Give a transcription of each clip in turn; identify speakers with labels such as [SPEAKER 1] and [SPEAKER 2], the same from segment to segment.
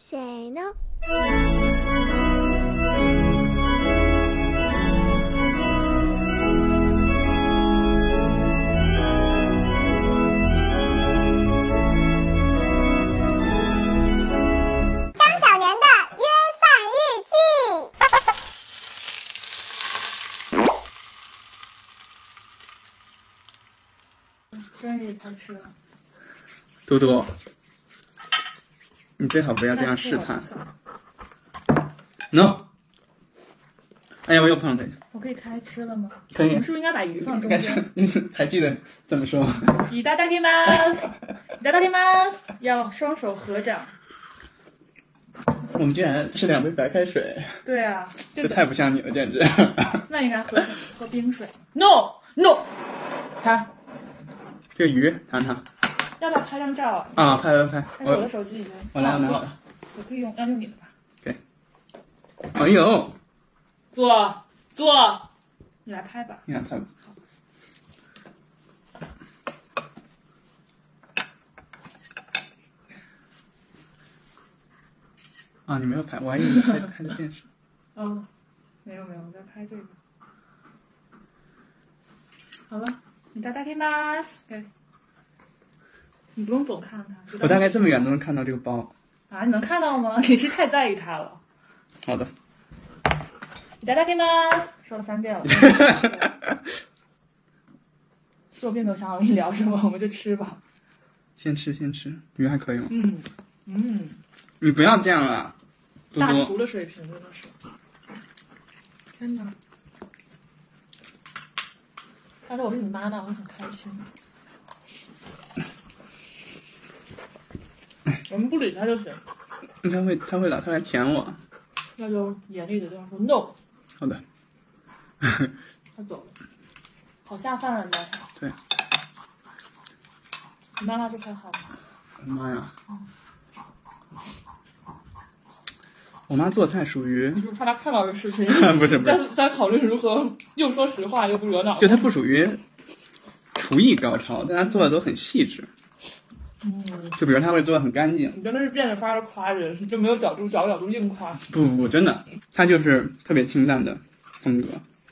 [SPEAKER 1] 谁呢？张小年的约饭日记。
[SPEAKER 2] 真是太吃了。
[SPEAKER 3] 多多，你最好不要这样试探。no。哎呀，我又碰了
[SPEAKER 2] 我可以开吃了吗？
[SPEAKER 3] 这个，可
[SPEAKER 2] 我
[SPEAKER 3] 以
[SPEAKER 2] 们。是不是应该把鱼放中
[SPEAKER 3] 感
[SPEAKER 2] 间？ 呃
[SPEAKER 3] 觉你还记得怎么说吗？
[SPEAKER 2] いただきます，いただきます，要双手合掌。
[SPEAKER 3] 我们居然是两杯白开水，
[SPEAKER 2] 对啊，这
[SPEAKER 3] 这
[SPEAKER 2] 个
[SPEAKER 3] 太不像你了，简直。
[SPEAKER 2] 那应该喝喝冰水。No No，他
[SPEAKER 3] 这个鱼尝尝
[SPEAKER 2] 要不要拍张照啊？
[SPEAKER 3] 啊，拍拍拍，
[SPEAKER 2] 但是我的
[SPEAKER 3] 我
[SPEAKER 2] 手机已经
[SPEAKER 3] 我来我拿我的。
[SPEAKER 2] 我可以用，要用你的吧？
[SPEAKER 3] 哎呦，
[SPEAKER 2] 坐坐，你来拍吧。
[SPEAKER 3] 你看拍吧。啊，你没有拍，我还以为你拍拍的电视。
[SPEAKER 2] 哦，没有没有，我在拍这个。好了，你大大天吧。对，你不用总看它。就
[SPEAKER 3] 我大概这么远都能看到这个包。
[SPEAKER 2] 啊，你能看到吗？ 你是太在意它了。
[SPEAKER 3] 好的，
[SPEAKER 2] いただきます，说了三遍了。其实我并没有想好跟你聊什么，我们就吃吧。
[SPEAKER 3] 先吃先吃，鱼还可以吗？
[SPEAKER 2] 嗯嗯，
[SPEAKER 3] 你不要这样了，多
[SPEAKER 2] 大
[SPEAKER 3] 多。
[SPEAKER 2] 厨的水平真的是，天哪！要是我是你妈妈，我会很开心。我们不理他就行，
[SPEAKER 3] 他会他会老他来舔我。
[SPEAKER 2] 那就严厉的对他说 no，
[SPEAKER 3] 好的，
[SPEAKER 2] 他走了，好下饭啊！你妈妈，
[SPEAKER 3] 对，
[SPEAKER 2] 你妈妈做菜好吗？
[SPEAKER 3] 我妈呀！我妈做菜属于，，
[SPEAKER 2] 你是怕他看到这视频
[SPEAKER 3] 不是不
[SPEAKER 2] 在
[SPEAKER 3] 是，
[SPEAKER 2] 在考虑如何又说实话又不惹恼
[SPEAKER 3] 就。她不属于厨艺高超，但她做的都很细致。
[SPEAKER 2] 嗯，
[SPEAKER 3] 就比如她会做的很干净，
[SPEAKER 2] 你真的是变着法儿的夸人，就没有角度找角度硬夸。
[SPEAKER 3] 不不不，真的，她就是特别清淡的风格。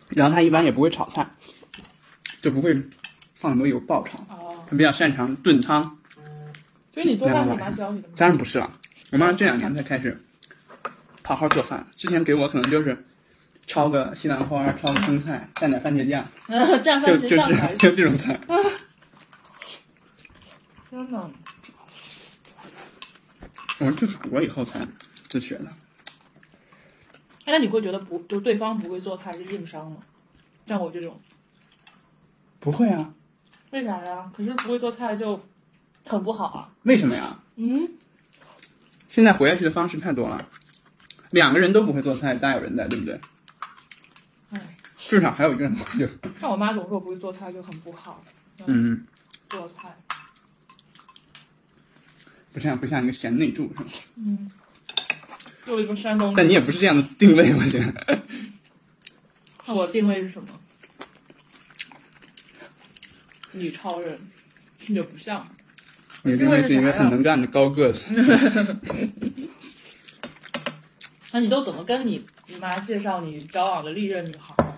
[SPEAKER 3] 然后她一般也不会炒菜，就不会放很多油爆炒，
[SPEAKER 2] 哦，
[SPEAKER 3] 她比较擅长炖汤。
[SPEAKER 2] 所以你做饭是你妈教你的吗？
[SPEAKER 3] 当然不是了，我妈这两年才开始好好做饭，之前给我可能就是焯个西兰花、焯个生菜，蘸点番茄酱，
[SPEAKER 2] 嗯， 这样
[SPEAKER 3] 就
[SPEAKER 2] 番
[SPEAKER 3] 就
[SPEAKER 2] 茄
[SPEAKER 3] 这
[SPEAKER 2] 酱还
[SPEAKER 3] 样
[SPEAKER 2] 是
[SPEAKER 3] 就这种菜。
[SPEAKER 2] 真的。
[SPEAKER 3] 我是去法国以后才自学的，
[SPEAKER 2] 哎，那你会觉得不就对方不会做菜是硬伤吗？像我这种，
[SPEAKER 3] 不会啊？
[SPEAKER 2] 为啥呀？可是不会做菜就很不好啊。
[SPEAKER 3] 为什么呀？
[SPEAKER 2] 嗯，
[SPEAKER 3] 现在活下去的方式太多了，两个人都不会做菜，大有人在，对不对？
[SPEAKER 2] 哎，
[SPEAKER 3] 至少还有一个人会就
[SPEAKER 2] 像我妈总说不会做菜就很不好，
[SPEAKER 3] 嗯，
[SPEAKER 2] 做菜。
[SPEAKER 3] 不像不像一个贤内助是吧？
[SPEAKER 2] 嗯，作为一个山东人，
[SPEAKER 3] 但你也不是这样的定位，我觉 得。
[SPEAKER 2] 那我定位是什么？女超人，也不像。
[SPEAKER 3] 你定位是一个很能干的高个子。
[SPEAKER 2] 那你都怎么跟你你妈介绍你交往的历任女孩儿？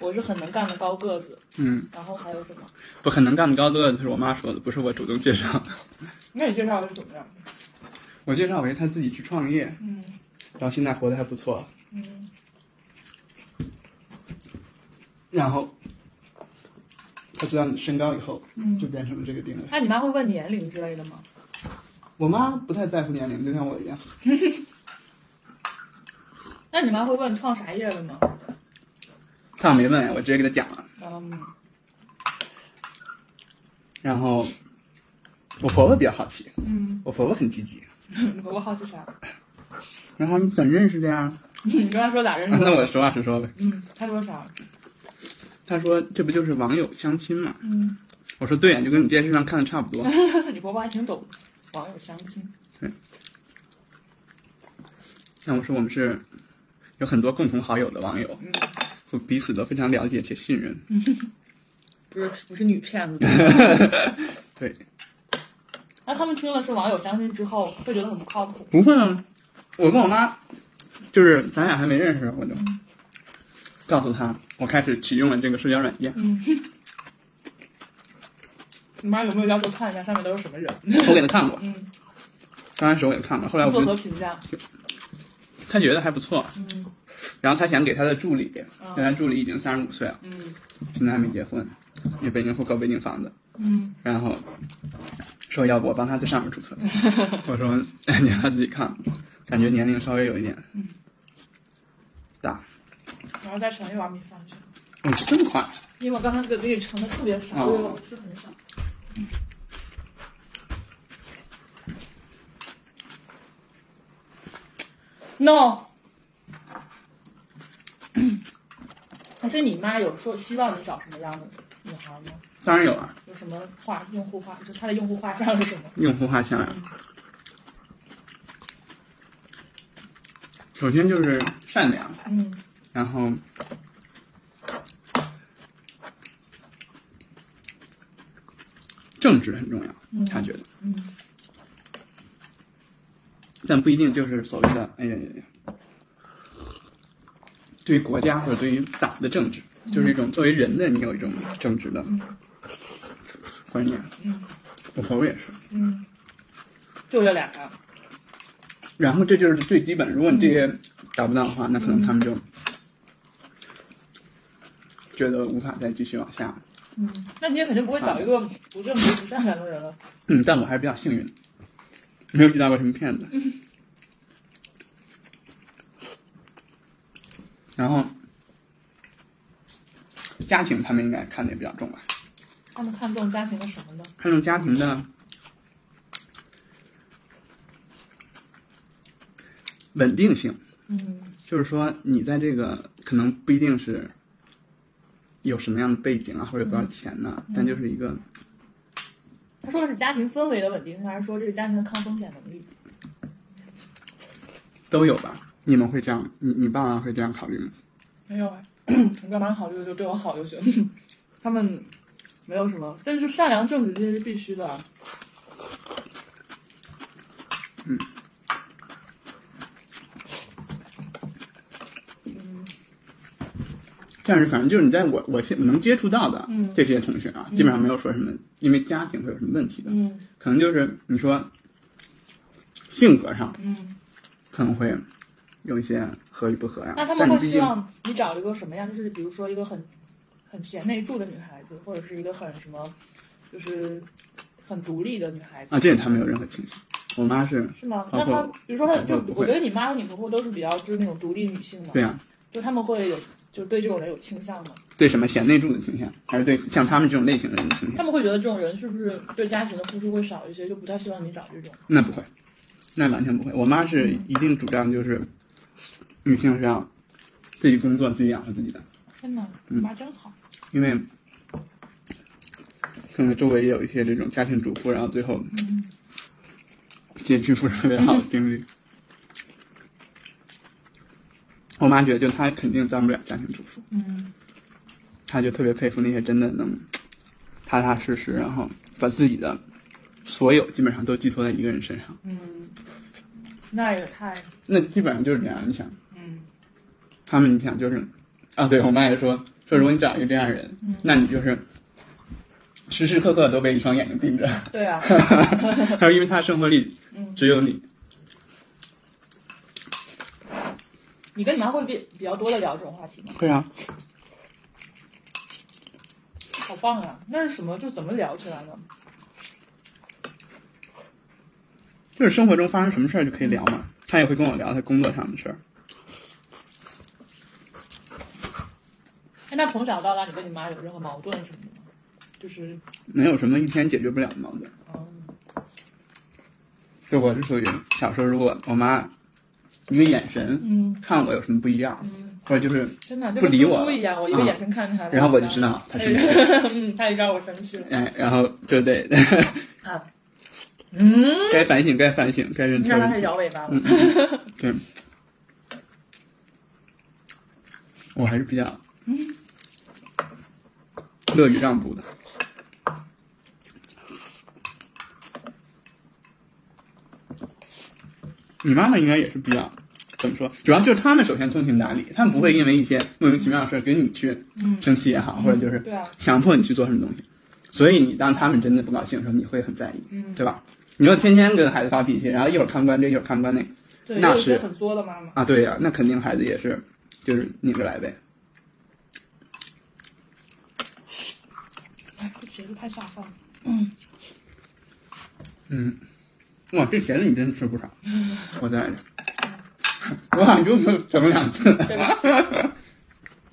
[SPEAKER 2] 我是很能干的高个子，
[SPEAKER 3] 嗯，
[SPEAKER 2] 然后还有什么？
[SPEAKER 3] 不很能干的高个子是我妈说的，不是我主动介绍的。
[SPEAKER 2] 那你介绍的是什么样的？
[SPEAKER 3] 我介绍为他自己去创业，
[SPEAKER 2] 嗯
[SPEAKER 3] 然后现在活得还不错。
[SPEAKER 2] 嗯，
[SPEAKER 3] 然后他知道你身高以后，
[SPEAKER 2] 嗯
[SPEAKER 3] 就变成了这个定位。
[SPEAKER 2] 那你妈会问年龄之类的吗？
[SPEAKER 3] 我妈不太在乎年龄，就像我一样。
[SPEAKER 2] 那你妈会问创啥业的吗？
[SPEAKER 3] 她倒没问，我直接给她讲了。
[SPEAKER 2] 嗯，
[SPEAKER 3] 然后我婆婆比较好奇，
[SPEAKER 2] 嗯，
[SPEAKER 3] 我婆婆很积极。
[SPEAKER 2] 我好奇啥？
[SPEAKER 3] 然后你怎么认识的呀？
[SPEAKER 2] 你跟她说咋认识
[SPEAKER 3] 那
[SPEAKER 2] 的？
[SPEAKER 3] 我实话实说呗。
[SPEAKER 2] 嗯，她说啥？
[SPEAKER 3] 她说这不就是网友相亲嘛？
[SPEAKER 2] 嗯，
[SPEAKER 3] 我说对呀、啊就跟你电视上看的差不多。
[SPEAKER 2] 你婆婆还挺懂网友相亲。
[SPEAKER 3] 像我说我们是有很多共同好友的网友，
[SPEAKER 2] 嗯，
[SPEAKER 3] 互彼此都非常了解且信任。
[SPEAKER 2] 不是不是女骗子。
[SPEAKER 3] 对，
[SPEAKER 2] 那他们听了是网友相亲之后，会觉得很不靠谱。
[SPEAKER 3] 不会啊，我跟我妈，就是咱俩还没认识，我就告诉她，我开始启用了这个社交软件。
[SPEAKER 2] 嗯， 你妈有没有要求看一下上面都是什么人？
[SPEAKER 3] 我给她看过，
[SPEAKER 2] 嗯，
[SPEAKER 3] 刚开始我给她看过，后来我
[SPEAKER 2] 作
[SPEAKER 3] 觉
[SPEAKER 2] 何
[SPEAKER 3] 得
[SPEAKER 2] 评价？
[SPEAKER 3] 她觉得还不错，
[SPEAKER 2] 嗯
[SPEAKER 3] 然后她想给她的助理，
[SPEAKER 2] 嗯
[SPEAKER 3] 原来助理已经三十五岁了，
[SPEAKER 2] 嗯
[SPEAKER 3] 现在还没结婚，有北京户口、北京房子，
[SPEAKER 2] 嗯，
[SPEAKER 3] 然后说要不我帮她在上面注册，我说 你让她自己看，感觉年龄稍微有一点
[SPEAKER 2] 嗯
[SPEAKER 3] 大，
[SPEAKER 2] 然后再盛一碗米饭去。
[SPEAKER 3] 哦，这么快，
[SPEAKER 2] 因为我刚刚给自己盛的特别少，
[SPEAKER 3] 哦
[SPEAKER 2] 因为我吃很少。no，可是你妈有说希望你找什么样的女孩吗？
[SPEAKER 3] 当然有啊，
[SPEAKER 2] 有什么画用户画，就她的用户画像是什么？
[SPEAKER 3] 用户画像呀、啊首先就是善良，
[SPEAKER 2] 嗯
[SPEAKER 3] 然后正直很重要，
[SPEAKER 2] 嗯
[SPEAKER 3] 他觉得，
[SPEAKER 2] 嗯
[SPEAKER 3] 但不一定就是所谓的哎呀呀呀，对于国家或者对于党的正直，就是一种作为人的你有一种正直的
[SPEAKER 2] 嗯
[SPEAKER 3] 观念。
[SPEAKER 2] 嗯
[SPEAKER 3] 我婆婆也是。
[SPEAKER 2] 嗯，就这俩啊呀。
[SPEAKER 3] 然后这就是最基本，如果你这些
[SPEAKER 2] 嗯
[SPEAKER 3] 达不到的话，那可能他们就觉得无法再继续往下。
[SPEAKER 2] 嗯，那你也肯定不会找一个不正直、不善良的人啊了。
[SPEAKER 3] 嗯，但我还是比较幸运的，没有遇到过什么骗子。然后家庭他们应该看的也比较重吧，
[SPEAKER 2] 他们看重家庭的什么呢？
[SPEAKER 3] 看重家庭的稳定性。
[SPEAKER 2] 嗯
[SPEAKER 3] 就是说你在这个可能不一定是有什么样的背景啊，或者有多少钱呢、但就是一个
[SPEAKER 2] 他说的是家庭氛围的稳定性，还是说这个家庭的抗风险能力？
[SPEAKER 3] 都有吧。你们会这样，你你爸妈会这样考虑吗？
[SPEAKER 2] 没有啊，我爸妈考虑的就对我好就行， 他们没有什么，但是善良正直这些是必须的。啊
[SPEAKER 3] 嗯
[SPEAKER 2] 嗯
[SPEAKER 3] 但是反正就是你在我我现我能接触到的
[SPEAKER 2] 嗯
[SPEAKER 3] 这些同学啊，基本上没有说什么因为家庭会有什么问题的，
[SPEAKER 2] 嗯
[SPEAKER 3] 可能就是你说性格上
[SPEAKER 2] 嗯，
[SPEAKER 3] 可能会有一些合与不合呀、
[SPEAKER 2] 那他
[SPEAKER 3] 但
[SPEAKER 2] 们
[SPEAKER 3] 你
[SPEAKER 2] 会
[SPEAKER 3] 毕
[SPEAKER 2] 希
[SPEAKER 3] 竟啊
[SPEAKER 2] 望你找一个什么样？就是比如说一个很很贤内助的女孩子，或者是一个很什么，就是很独立的女孩子
[SPEAKER 3] 啊，这啊也他没有任何倾向。我妈是
[SPEAKER 2] 是吗？
[SPEAKER 3] 包
[SPEAKER 2] 那
[SPEAKER 3] 括
[SPEAKER 2] 她，比如说她，就
[SPEAKER 3] 包括
[SPEAKER 2] 我觉得你妈和你婆婆都是比较就是那种独立女性嘛，
[SPEAKER 3] 对啊，
[SPEAKER 2] 就她们会有就对这种人有倾向嘛，
[SPEAKER 3] 对什么贤内助的倾向，还是对像他们这种类型的人的倾向？
[SPEAKER 2] 她们会觉得这种人是不是对家庭的付出会少一些，就不太希望你找这种。
[SPEAKER 3] 那不会，那完全不会。我妈是
[SPEAKER 2] 嗯
[SPEAKER 3] 一定主张就是，女性是要自己工作、自己养活自己的，
[SPEAKER 2] 天哪，你
[SPEAKER 3] 嗯
[SPEAKER 2] 妈真好。
[SPEAKER 3] 因为可能周围也有一些这种家庭主妇，然后最后
[SPEAKER 2] 嗯
[SPEAKER 3] 结局不是特别好的经历。我妈觉得，就她肯定当不了家庭主妇，
[SPEAKER 2] 嗯
[SPEAKER 3] 她就特别佩服那些真的能踏踏实实，然后把自己的所有基本上都寄托在一个人身上。
[SPEAKER 2] 嗯，那也太
[SPEAKER 3] 那基本上就是这样，你想。
[SPEAKER 2] 嗯
[SPEAKER 3] 他们你想就是，啊，对我妈也说说，如果你找一个这样的人，
[SPEAKER 2] 嗯
[SPEAKER 3] 那你就是时时刻刻都被一双眼睛盯着。
[SPEAKER 2] 对 啊，
[SPEAKER 3] 他说，因为他生活里
[SPEAKER 2] 嗯，
[SPEAKER 3] 只有你，
[SPEAKER 2] 你跟你妈会比比较多的聊这种话题吗？
[SPEAKER 3] 对啊，
[SPEAKER 2] 好棒啊！那是什么？就怎么聊起来呢？
[SPEAKER 3] 就是生活中发生什么事儿就可以聊嘛。他也会跟我聊他工作上的事儿，
[SPEAKER 2] 哎，那从小到大你跟你妈有任何矛盾什么的吗？就是
[SPEAKER 3] 没有什么一天解决不了的矛盾。
[SPEAKER 2] 嗯
[SPEAKER 3] 就我是属于小时候，如果我妈一个眼神
[SPEAKER 2] 嗯
[SPEAKER 3] 看我有什么不一样，
[SPEAKER 2] 嗯。
[SPEAKER 3] 或者就是，
[SPEAKER 2] 真的就
[SPEAKER 3] 不
[SPEAKER 2] 跟
[SPEAKER 3] 理
[SPEAKER 2] 猪
[SPEAKER 3] 我
[SPEAKER 2] 猪
[SPEAKER 3] 了
[SPEAKER 2] 一样，我一个
[SPEAKER 3] 啊
[SPEAKER 2] 眼神看他，
[SPEAKER 3] 然后我就知道
[SPEAKER 2] 他
[SPEAKER 3] 他
[SPEAKER 2] 就
[SPEAKER 3] 生气
[SPEAKER 2] 知道， 嗯，他就知道我生气了
[SPEAKER 3] 哎，然后就得
[SPEAKER 2] 啊，嗯，
[SPEAKER 3] 该反省，该反省，该认
[SPEAKER 2] 你
[SPEAKER 3] 错
[SPEAKER 2] 让他
[SPEAKER 3] 认
[SPEAKER 2] 去
[SPEAKER 3] 错。
[SPEAKER 2] 摇尾巴吧
[SPEAKER 3] 嗯， 嗯嗯对，我还是比较
[SPEAKER 2] 嗯
[SPEAKER 3] 乐于让步的。你妈妈应该也是比较怎么说？主要就是他们首先通情达理，他们不会因为一些莫名其妙的事儿跟你去
[SPEAKER 2] 嗯
[SPEAKER 3] 生气也好，或者就是
[SPEAKER 2] 对啊，
[SPEAKER 3] 强迫你去做什么东西。所以你当他们真的不高兴的时候，你会很在意，
[SPEAKER 2] 嗯，
[SPEAKER 3] 对吧？你说天天跟孩子发脾气，然后一会儿看惯这，一会儿看惯那
[SPEAKER 2] 对，
[SPEAKER 3] 那
[SPEAKER 2] 有一
[SPEAKER 3] 是
[SPEAKER 2] 些很作的妈妈，
[SPEAKER 3] 啊，对呀、那肯定孩子也是，就是拧着来呗。
[SPEAKER 2] 哎，这茄子太下饭了。
[SPEAKER 3] 嗯，哇，这茄子你真吃不少，我再来点。我好像就没有整两次。
[SPEAKER 2] 对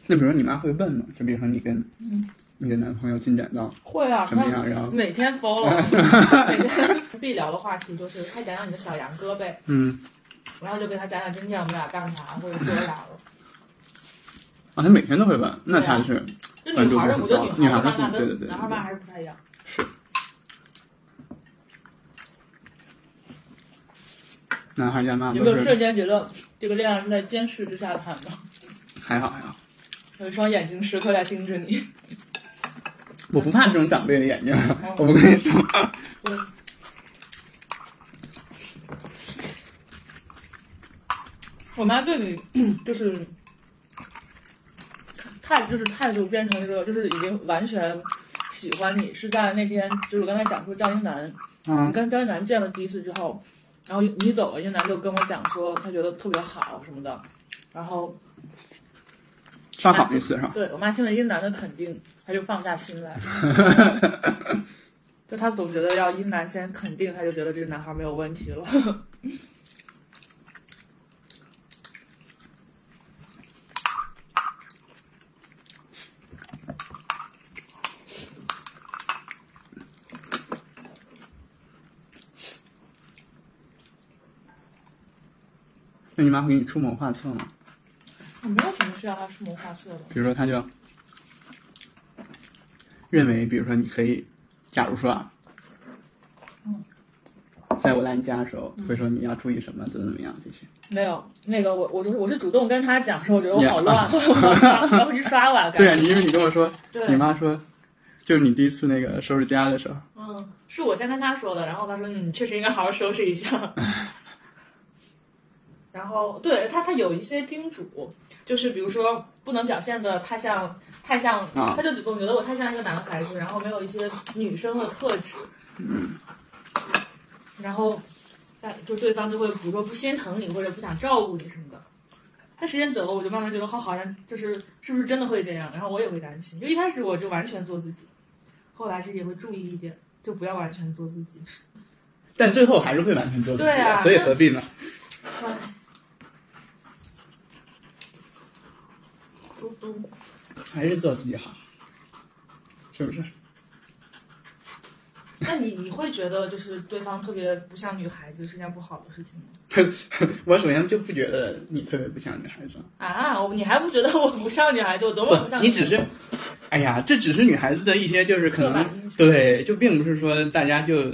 [SPEAKER 3] 那比如说你妈会问吗？就比如说你跟
[SPEAKER 2] 嗯
[SPEAKER 3] 你的男朋友进展到
[SPEAKER 2] 会啊，
[SPEAKER 3] 什么
[SPEAKER 2] 他
[SPEAKER 3] 样，然后
[SPEAKER 2] 每天 follow，每天必聊的话题就是快讲讲你的小杨哥呗，
[SPEAKER 3] 嗯，
[SPEAKER 2] 然后就给他讲讲今天我们俩干啥或者做啥了。
[SPEAKER 3] 啊，她每天都会问，那她
[SPEAKER 2] 啊
[SPEAKER 3] 是
[SPEAKER 2] 就女
[SPEAKER 3] 嗯
[SPEAKER 2] 孩儿，我觉得女孩儿的爸妈
[SPEAKER 3] 对对对
[SPEAKER 2] 跟男孩儿爸还是不太一样。
[SPEAKER 3] 男孩家妈
[SPEAKER 2] 有
[SPEAKER 3] 啊都
[SPEAKER 2] 没有
[SPEAKER 3] 是
[SPEAKER 2] 瞬间觉得这个恋爱是在监视之下谈的？
[SPEAKER 3] 还好还好，
[SPEAKER 2] 有一双眼睛时刻在盯着你。
[SPEAKER 3] 我不怕这种长辈的眼睛，
[SPEAKER 2] 哦
[SPEAKER 3] 我不跟 你说。
[SPEAKER 2] 我妈对你 就是态，就是态度变成一个，就是已经完全喜欢你，是在那天，就是我刚才讲说张一楠，你
[SPEAKER 3] 嗯
[SPEAKER 2] 跟张一楠见了第一次之后，然后你走了，一楠就跟我讲说他觉得特别好什么的，然后
[SPEAKER 3] 烧烤那次是吧？
[SPEAKER 2] 对我妈听了一楠的肯定，她就放下心来， 就她总觉得要一楠先肯定，她就觉得这个男孩没有问题了。
[SPEAKER 3] 那你妈会给你出谋划策吗？
[SPEAKER 2] 我没有什么需要他出谋划策的，
[SPEAKER 3] 比如说，她就认为，比如说你可以，假如说啊
[SPEAKER 2] 嗯，
[SPEAKER 3] 在我来你家的时候，会说你要注意什么，怎么怎么样这些。
[SPEAKER 2] 没有那个我我就是我是主动跟他讲说，我觉得我
[SPEAKER 3] Yeah
[SPEAKER 2] 好乱，我好刷，我要去刷碗。
[SPEAKER 3] 对啊，你因为你跟我说，
[SPEAKER 2] 嗯对
[SPEAKER 3] 你妈说，就是你第一次那个收拾家的时候，
[SPEAKER 2] 嗯，是我先跟他说的，然后他说嗯，确实应该好好收拾一下。 然后对他他有一些叮嘱，就是比如说不能表现的太像太像，
[SPEAKER 3] 啊
[SPEAKER 2] 他就总觉得我太像一个男孩子，然后没有一些女生的特质。
[SPEAKER 3] 嗯
[SPEAKER 2] 然后，但就对方就会比如说不心疼你或者不想照顾你什么的。但时间久了，我就慢慢觉得好，好像就是是不是真的会这样？然后我也会担心，就一开始我就完全做自己，后来其实也会注意一点，就不要完全做自己。
[SPEAKER 3] 但最后还是会完全做自己的，
[SPEAKER 2] 对啊
[SPEAKER 3] 所以何必呢？
[SPEAKER 2] 唉，嘟嘟，
[SPEAKER 3] 还是做自己好，是不是？
[SPEAKER 2] 那你你会觉得就是对方特别不像女孩子是件不好的事情吗？
[SPEAKER 3] 我首先就不觉得你特别不像女孩子，
[SPEAKER 2] 啊，我你还不觉得我不像女孩子，我多么不像
[SPEAKER 3] 不，
[SPEAKER 2] 女
[SPEAKER 3] 你
[SPEAKER 2] 孩子？
[SPEAKER 3] 只是，哎呀，这只是女孩子的一些就是可
[SPEAKER 2] 刻
[SPEAKER 3] 能
[SPEAKER 2] 板印象
[SPEAKER 3] 对，就并不是说大家就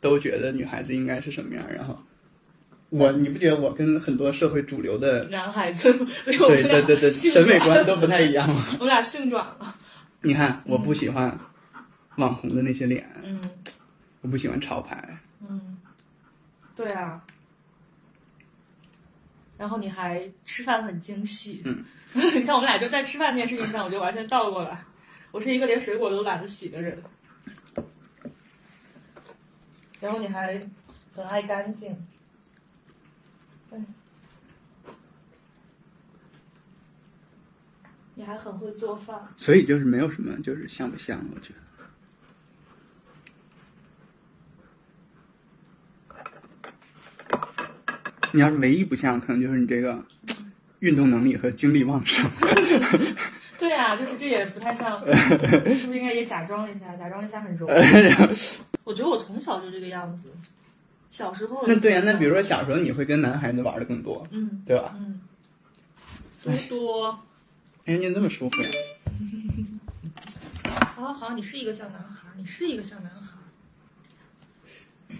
[SPEAKER 3] 都觉得女孩子应该是什么样，然后。我你不觉得我跟很多社会主流的
[SPEAKER 2] 男孩子，所以 我
[SPEAKER 3] 对
[SPEAKER 2] 们
[SPEAKER 3] 对
[SPEAKER 2] 俩
[SPEAKER 3] 对对
[SPEAKER 2] 性
[SPEAKER 3] 审美
[SPEAKER 2] 转
[SPEAKER 3] 观都不太一 样吗？
[SPEAKER 2] 我们俩性转了。
[SPEAKER 3] 你看，我不喜欢网红的那些脸，
[SPEAKER 2] 嗯
[SPEAKER 3] 我不喜欢潮牌，
[SPEAKER 2] 嗯，对啊。然后你还吃饭很精细，
[SPEAKER 3] 嗯，
[SPEAKER 2] 你看我们俩就在吃饭这件事情上，我就完全倒过来。我是一个连水果都懒得洗的人。然后你还很爱干净，哎对，你还很会做饭。
[SPEAKER 3] 所以就是没有什么就是像不像，我觉得。你要是唯一不像，可能就是你这个运动能力和精力旺盛。
[SPEAKER 2] 对啊，就是这也不太像， 是不是应该也假装一下？假装一下很柔。我觉得我从小就这个样子，小时候
[SPEAKER 3] 那对啊呀、那比如说小时候你会跟男孩子玩的更多，
[SPEAKER 2] 嗯
[SPEAKER 3] 对吧？
[SPEAKER 2] 嗯，多多
[SPEAKER 3] 哎，您这么舒服呀？
[SPEAKER 2] 啊好好，你是一个小男孩，你是一个小男孩，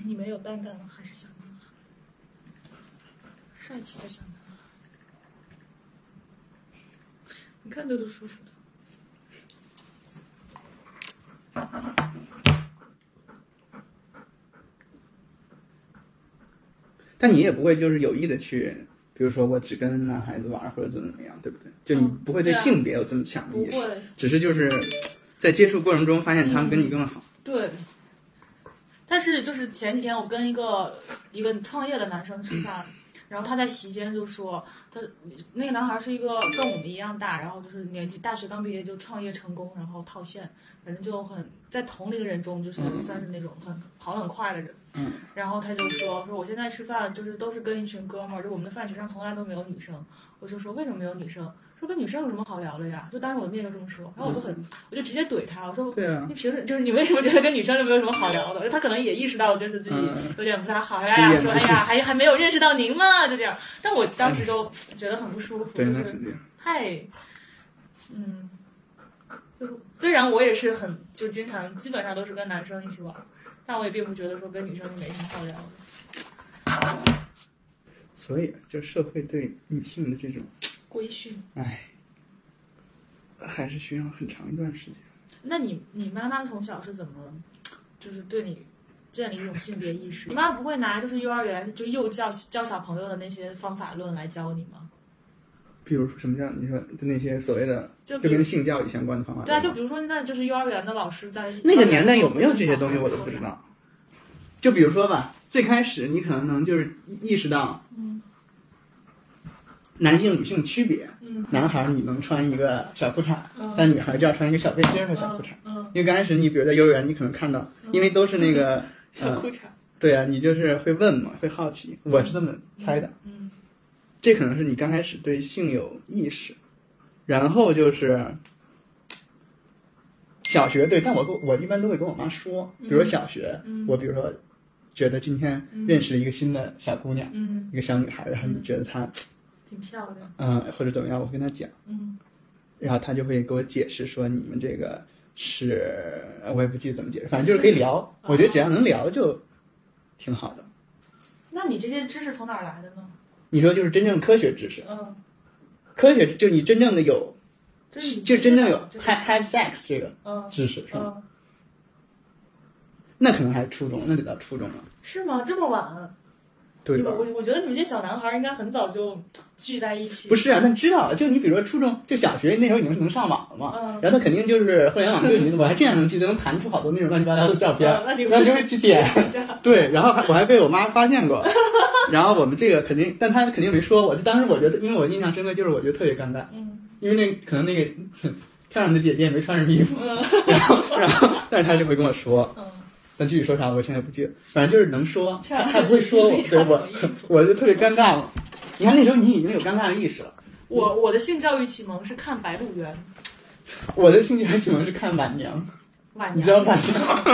[SPEAKER 2] 你没有蛋蛋了，还是小男孩，帅气的小男孩。你看豆豆叔叔的。
[SPEAKER 3] 但你也不会就是有意的去比如说我只跟男孩子玩儿或者怎么怎么样，对不对？就你
[SPEAKER 2] 嗯
[SPEAKER 3] 不会对
[SPEAKER 2] 对啊
[SPEAKER 3] 性别有这么强的
[SPEAKER 2] 不
[SPEAKER 3] 意识，
[SPEAKER 2] 会，
[SPEAKER 3] 只是就是在接触过程中发现他们跟你更好。
[SPEAKER 2] 对。但是就是前几天我跟一个一个创业的男生吃饭，然后他在席间就说，他那个男孩是一个跟我们一样大，然后就是年纪大学刚毕业就创业成功，然后套现，反正就很在同龄人中就是
[SPEAKER 3] 嗯
[SPEAKER 2] 算是那种很跑得很快的人。
[SPEAKER 3] 嗯
[SPEAKER 2] 然后他就说说我现在吃饭就是都是跟一群哥们儿，就我们的饭局上从来都没有女生。我就说为什么没有女生？说跟女生有什么好聊的呀？就当着我的面就这么说，然后我就很
[SPEAKER 3] 嗯
[SPEAKER 2] 我就直接怼他，我说
[SPEAKER 3] 对啊，
[SPEAKER 2] 你平时就是你为什么觉得跟女生就没有什么好聊的？他可能也意识到就是自己
[SPEAKER 3] 嗯
[SPEAKER 2] 有点不太好
[SPEAKER 3] 是
[SPEAKER 2] 呀，
[SPEAKER 3] 也
[SPEAKER 2] 说
[SPEAKER 3] 不
[SPEAKER 2] 哎
[SPEAKER 3] 是
[SPEAKER 2] 呀还还没有认识到您嘛，就这样。但我当时就觉得很不舒服，
[SPEAKER 3] 哎对，
[SPEAKER 2] 就
[SPEAKER 3] 那
[SPEAKER 2] 是
[SPEAKER 3] 肯定。
[SPEAKER 2] 太，嗯，就是虽然我也是很就经常基本上都是跟男生一起玩，但我也并不觉得说跟女生就没什么好聊的。
[SPEAKER 3] 所以就社会对女性的这种，
[SPEAKER 2] 规训？
[SPEAKER 3] 唉，还是需要很长一段时间。
[SPEAKER 2] 那你你妈妈从小是怎么，就是对你建立一种性别意识？你妈不会拿就是幼儿园就幼教教小朋友的那些方法论来教你吗？
[SPEAKER 3] 比如说什么叫你说就那些所谓的
[SPEAKER 2] 就比
[SPEAKER 3] 就
[SPEAKER 2] 如
[SPEAKER 3] 跟性教育相关的方法论吗，
[SPEAKER 2] 对啊，就比如说，那就是幼儿园的老师在
[SPEAKER 3] 那个年代有没有这些东西我都不知。道。就比如说吧，最开始你可能能就是意识到
[SPEAKER 2] 嗯
[SPEAKER 3] 男性女性区别，
[SPEAKER 2] 嗯
[SPEAKER 3] 男孩儿你能穿一个小裤衩
[SPEAKER 2] 嗯，
[SPEAKER 3] 但女孩儿就要穿一个小背心儿和小裤衩。
[SPEAKER 2] 嗯，
[SPEAKER 3] 因为刚开始你比如在幼儿园，你可能看到，因为都是那个
[SPEAKER 2] 小
[SPEAKER 3] 呃
[SPEAKER 2] 裤，衩。
[SPEAKER 3] 对啊，你就是会问嘛，会好奇，我是这么猜的。
[SPEAKER 2] 嗯
[SPEAKER 3] 这可能是你刚开始对性有意识，然后就是小学对，但我跟我一般都会跟我妈说，比如小学，
[SPEAKER 2] 嗯
[SPEAKER 3] 我比如说觉得今天认识了一个新的小姑娘，
[SPEAKER 2] 嗯，
[SPEAKER 3] 一个小女孩，然后你觉得她
[SPEAKER 2] 挺漂亮。
[SPEAKER 3] 嗯、或者怎么样，我跟她讲，
[SPEAKER 2] 嗯
[SPEAKER 3] 然后她就会给我解释说你们这个是，我也不记得怎么解释，反正就是可以聊，
[SPEAKER 2] 嗯
[SPEAKER 3] 我觉得只要能聊就挺好的。
[SPEAKER 2] 那你这些知识从哪儿来的呢？
[SPEAKER 3] 你说就是真正科学知识，
[SPEAKER 2] 嗯，
[SPEAKER 3] 科学就你真正的有
[SPEAKER 2] 这是你
[SPEAKER 3] 就真正有
[SPEAKER 2] 知道
[SPEAKER 3] have have sex 这个
[SPEAKER 2] 嗯
[SPEAKER 3] 知识是吧？
[SPEAKER 2] 嗯，
[SPEAKER 3] 那可能还是初中，那得到初中了，
[SPEAKER 2] 是吗？这么晚？
[SPEAKER 3] 对吧
[SPEAKER 2] 我？我觉得你们这小男孩儿应该很早就聚在一起。
[SPEAKER 3] 不是啊，那知道了。就你比如说初中，就小学那时候已经是能上网了嘛，
[SPEAKER 2] 嗯
[SPEAKER 3] 然后他肯定就是互联网对你，我还这样能记得能弹出好多那种乱七八糟的照片，
[SPEAKER 2] 嗯那你
[SPEAKER 3] 然后就会去点， 对，然后还我还被我妈发现 过，然后我们这个肯定，但她肯定没说我，就当时我觉得，因为我印象深刻，就是我觉得特别尴尬，
[SPEAKER 2] 嗯
[SPEAKER 3] 因为那可能那个漂亮的姐姐也没穿什么衣 服，
[SPEAKER 2] 嗯
[SPEAKER 3] 然后然后但是她就会跟我说，
[SPEAKER 2] 嗯，
[SPEAKER 3] 但具体说啥我现在不记得，反正就是能说，
[SPEAKER 2] 漂
[SPEAKER 3] 他
[SPEAKER 2] 亮
[SPEAKER 3] 他不会说我
[SPEAKER 2] 没， 啥
[SPEAKER 3] 对
[SPEAKER 2] 可
[SPEAKER 3] 我
[SPEAKER 2] 以说，
[SPEAKER 3] 我就特别尴尬嘛。你看那时候你已经有尴尬的意识了，
[SPEAKER 2] 我我的性教育启蒙是看《白鹿原》。
[SPEAKER 3] 我的兴趣还启蒙是看《晚娘
[SPEAKER 2] 晚》，
[SPEAKER 3] 你
[SPEAKER 2] 年
[SPEAKER 3] 知道《晚娘》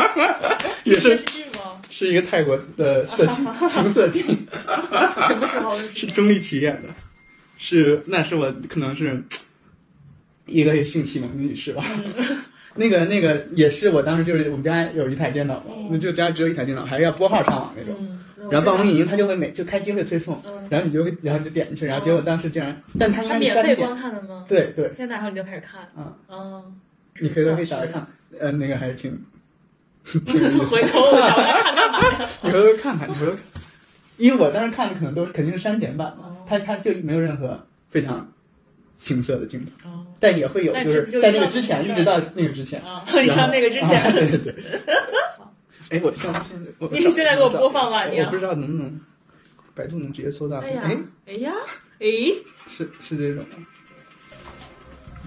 [SPEAKER 3] 也
[SPEAKER 2] 电
[SPEAKER 3] 是
[SPEAKER 2] 视剧吗？
[SPEAKER 3] 是一个泰国的色 情情色电影，
[SPEAKER 2] 什么时候的
[SPEAKER 3] 是
[SPEAKER 2] 事？
[SPEAKER 3] 钟丽缇演的，是那是我可能是一个性启蒙的女士吧。
[SPEAKER 2] 嗯
[SPEAKER 3] 那个那个也是我当时就是我们家有一台电脑嘛，那就家只有一台电脑，还是要拨号上网那种。
[SPEAKER 2] 嗯，那我
[SPEAKER 3] 然后
[SPEAKER 2] 知
[SPEAKER 3] 办
[SPEAKER 2] 道
[SPEAKER 3] 公影音它就会每就开机会推送，
[SPEAKER 2] 嗯
[SPEAKER 3] 然后你就会然后你就点进去，然后结果当时竟然，但它应
[SPEAKER 2] 他
[SPEAKER 3] 该是
[SPEAKER 2] 免
[SPEAKER 3] 删
[SPEAKER 2] 费
[SPEAKER 3] 减
[SPEAKER 2] 观，看的吗？
[SPEAKER 3] 对对，
[SPEAKER 2] 天哪，然后你就开始看，
[SPEAKER 3] 啊，
[SPEAKER 2] 嗯，
[SPEAKER 3] 你可以回少来看，呃，那个还是挺 挺有意思
[SPEAKER 2] 回头我找来看干嘛 呀？
[SPEAKER 3] 你回头看看，你回头看，因为我当时看的可能都是肯定是删减版嘛
[SPEAKER 2] 哦，
[SPEAKER 3] 它它就没有任何非常情色的镜头，
[SPEAKER 2] 哦，
[SPEAKER 3] 但也会有
[SPEAKER 2] 但
[SPEAKER 3] 就是是
[SPEAKER 2] 不是
[SPEAKER 3] 在
[SPEAKER 2] 就
[SPEAKER 3] 那个
[SPEAKER 2] 到
[SPEAKER 3] 之
[SPEAKER 2] 那个
[SPEAKER 3] 前，一
[SPEAKER 2] 事
[SPEAKER 3] 直
[SPEAKER 2] 儿
[SPEAKER 3] 到那个之前，
[SPEAKER 2] 啊， 你
[SPEAKER 3] 然
[SPEAKER 2] 上
[SPEAKER 3] 后
[SPEAKER 2] 那个之
[SPEAKER 3] 啊
[SPEAKER 2] 前，
[SPEAKER 3] 对对 对。哎，我现在现在我
[SPEAKER 2] 你现在给我播放吧你啊
[SPEAKER 3] 我不知道能不能，百度能直接搜到，
[SPEAKER 2] 哎呀
[SPEAKER 3] 哎，，
[SPEAKER 2] 哎呀，哎，
[SPEAKER 3] 是是这种吗。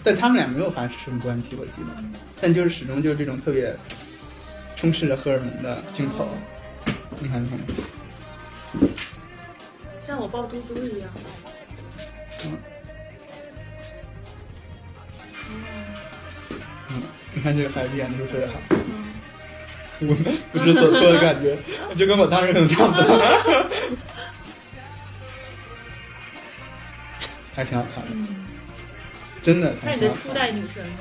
[SPEAKER 3] 但他们俩没有发生什么关系，我记得，但就是始终就是这种特别充斥着荷尔蒙的镜头。
[SPEAKER 2] 哦
[SPEAKER 3] 你看，你看，
[SPEAKER 2] 像我抱嘟嘟一样。
[SPEAKER 3] 嗯，你 看这个孩子演的就特别好，
[SPEAKER 2] 嗯
[SPEAKER 3] 我不知所措的感觉，就跟我当时可能差不多，还挺好看的，
[SPEAKER 2] 嗯，
[SPEAKER 3] 真的。
[SPEAKER 2] 那
[SPEAKER 3] 还
[SPEAKER 2] 你
[SPEAKER 3] 挺
[SPEAKER 2] 的
[SPEAKER 3] 好
[SPEAKER 2] 初
[SPEAKER 3] 看
[SPEAKER 2] 代女神呢？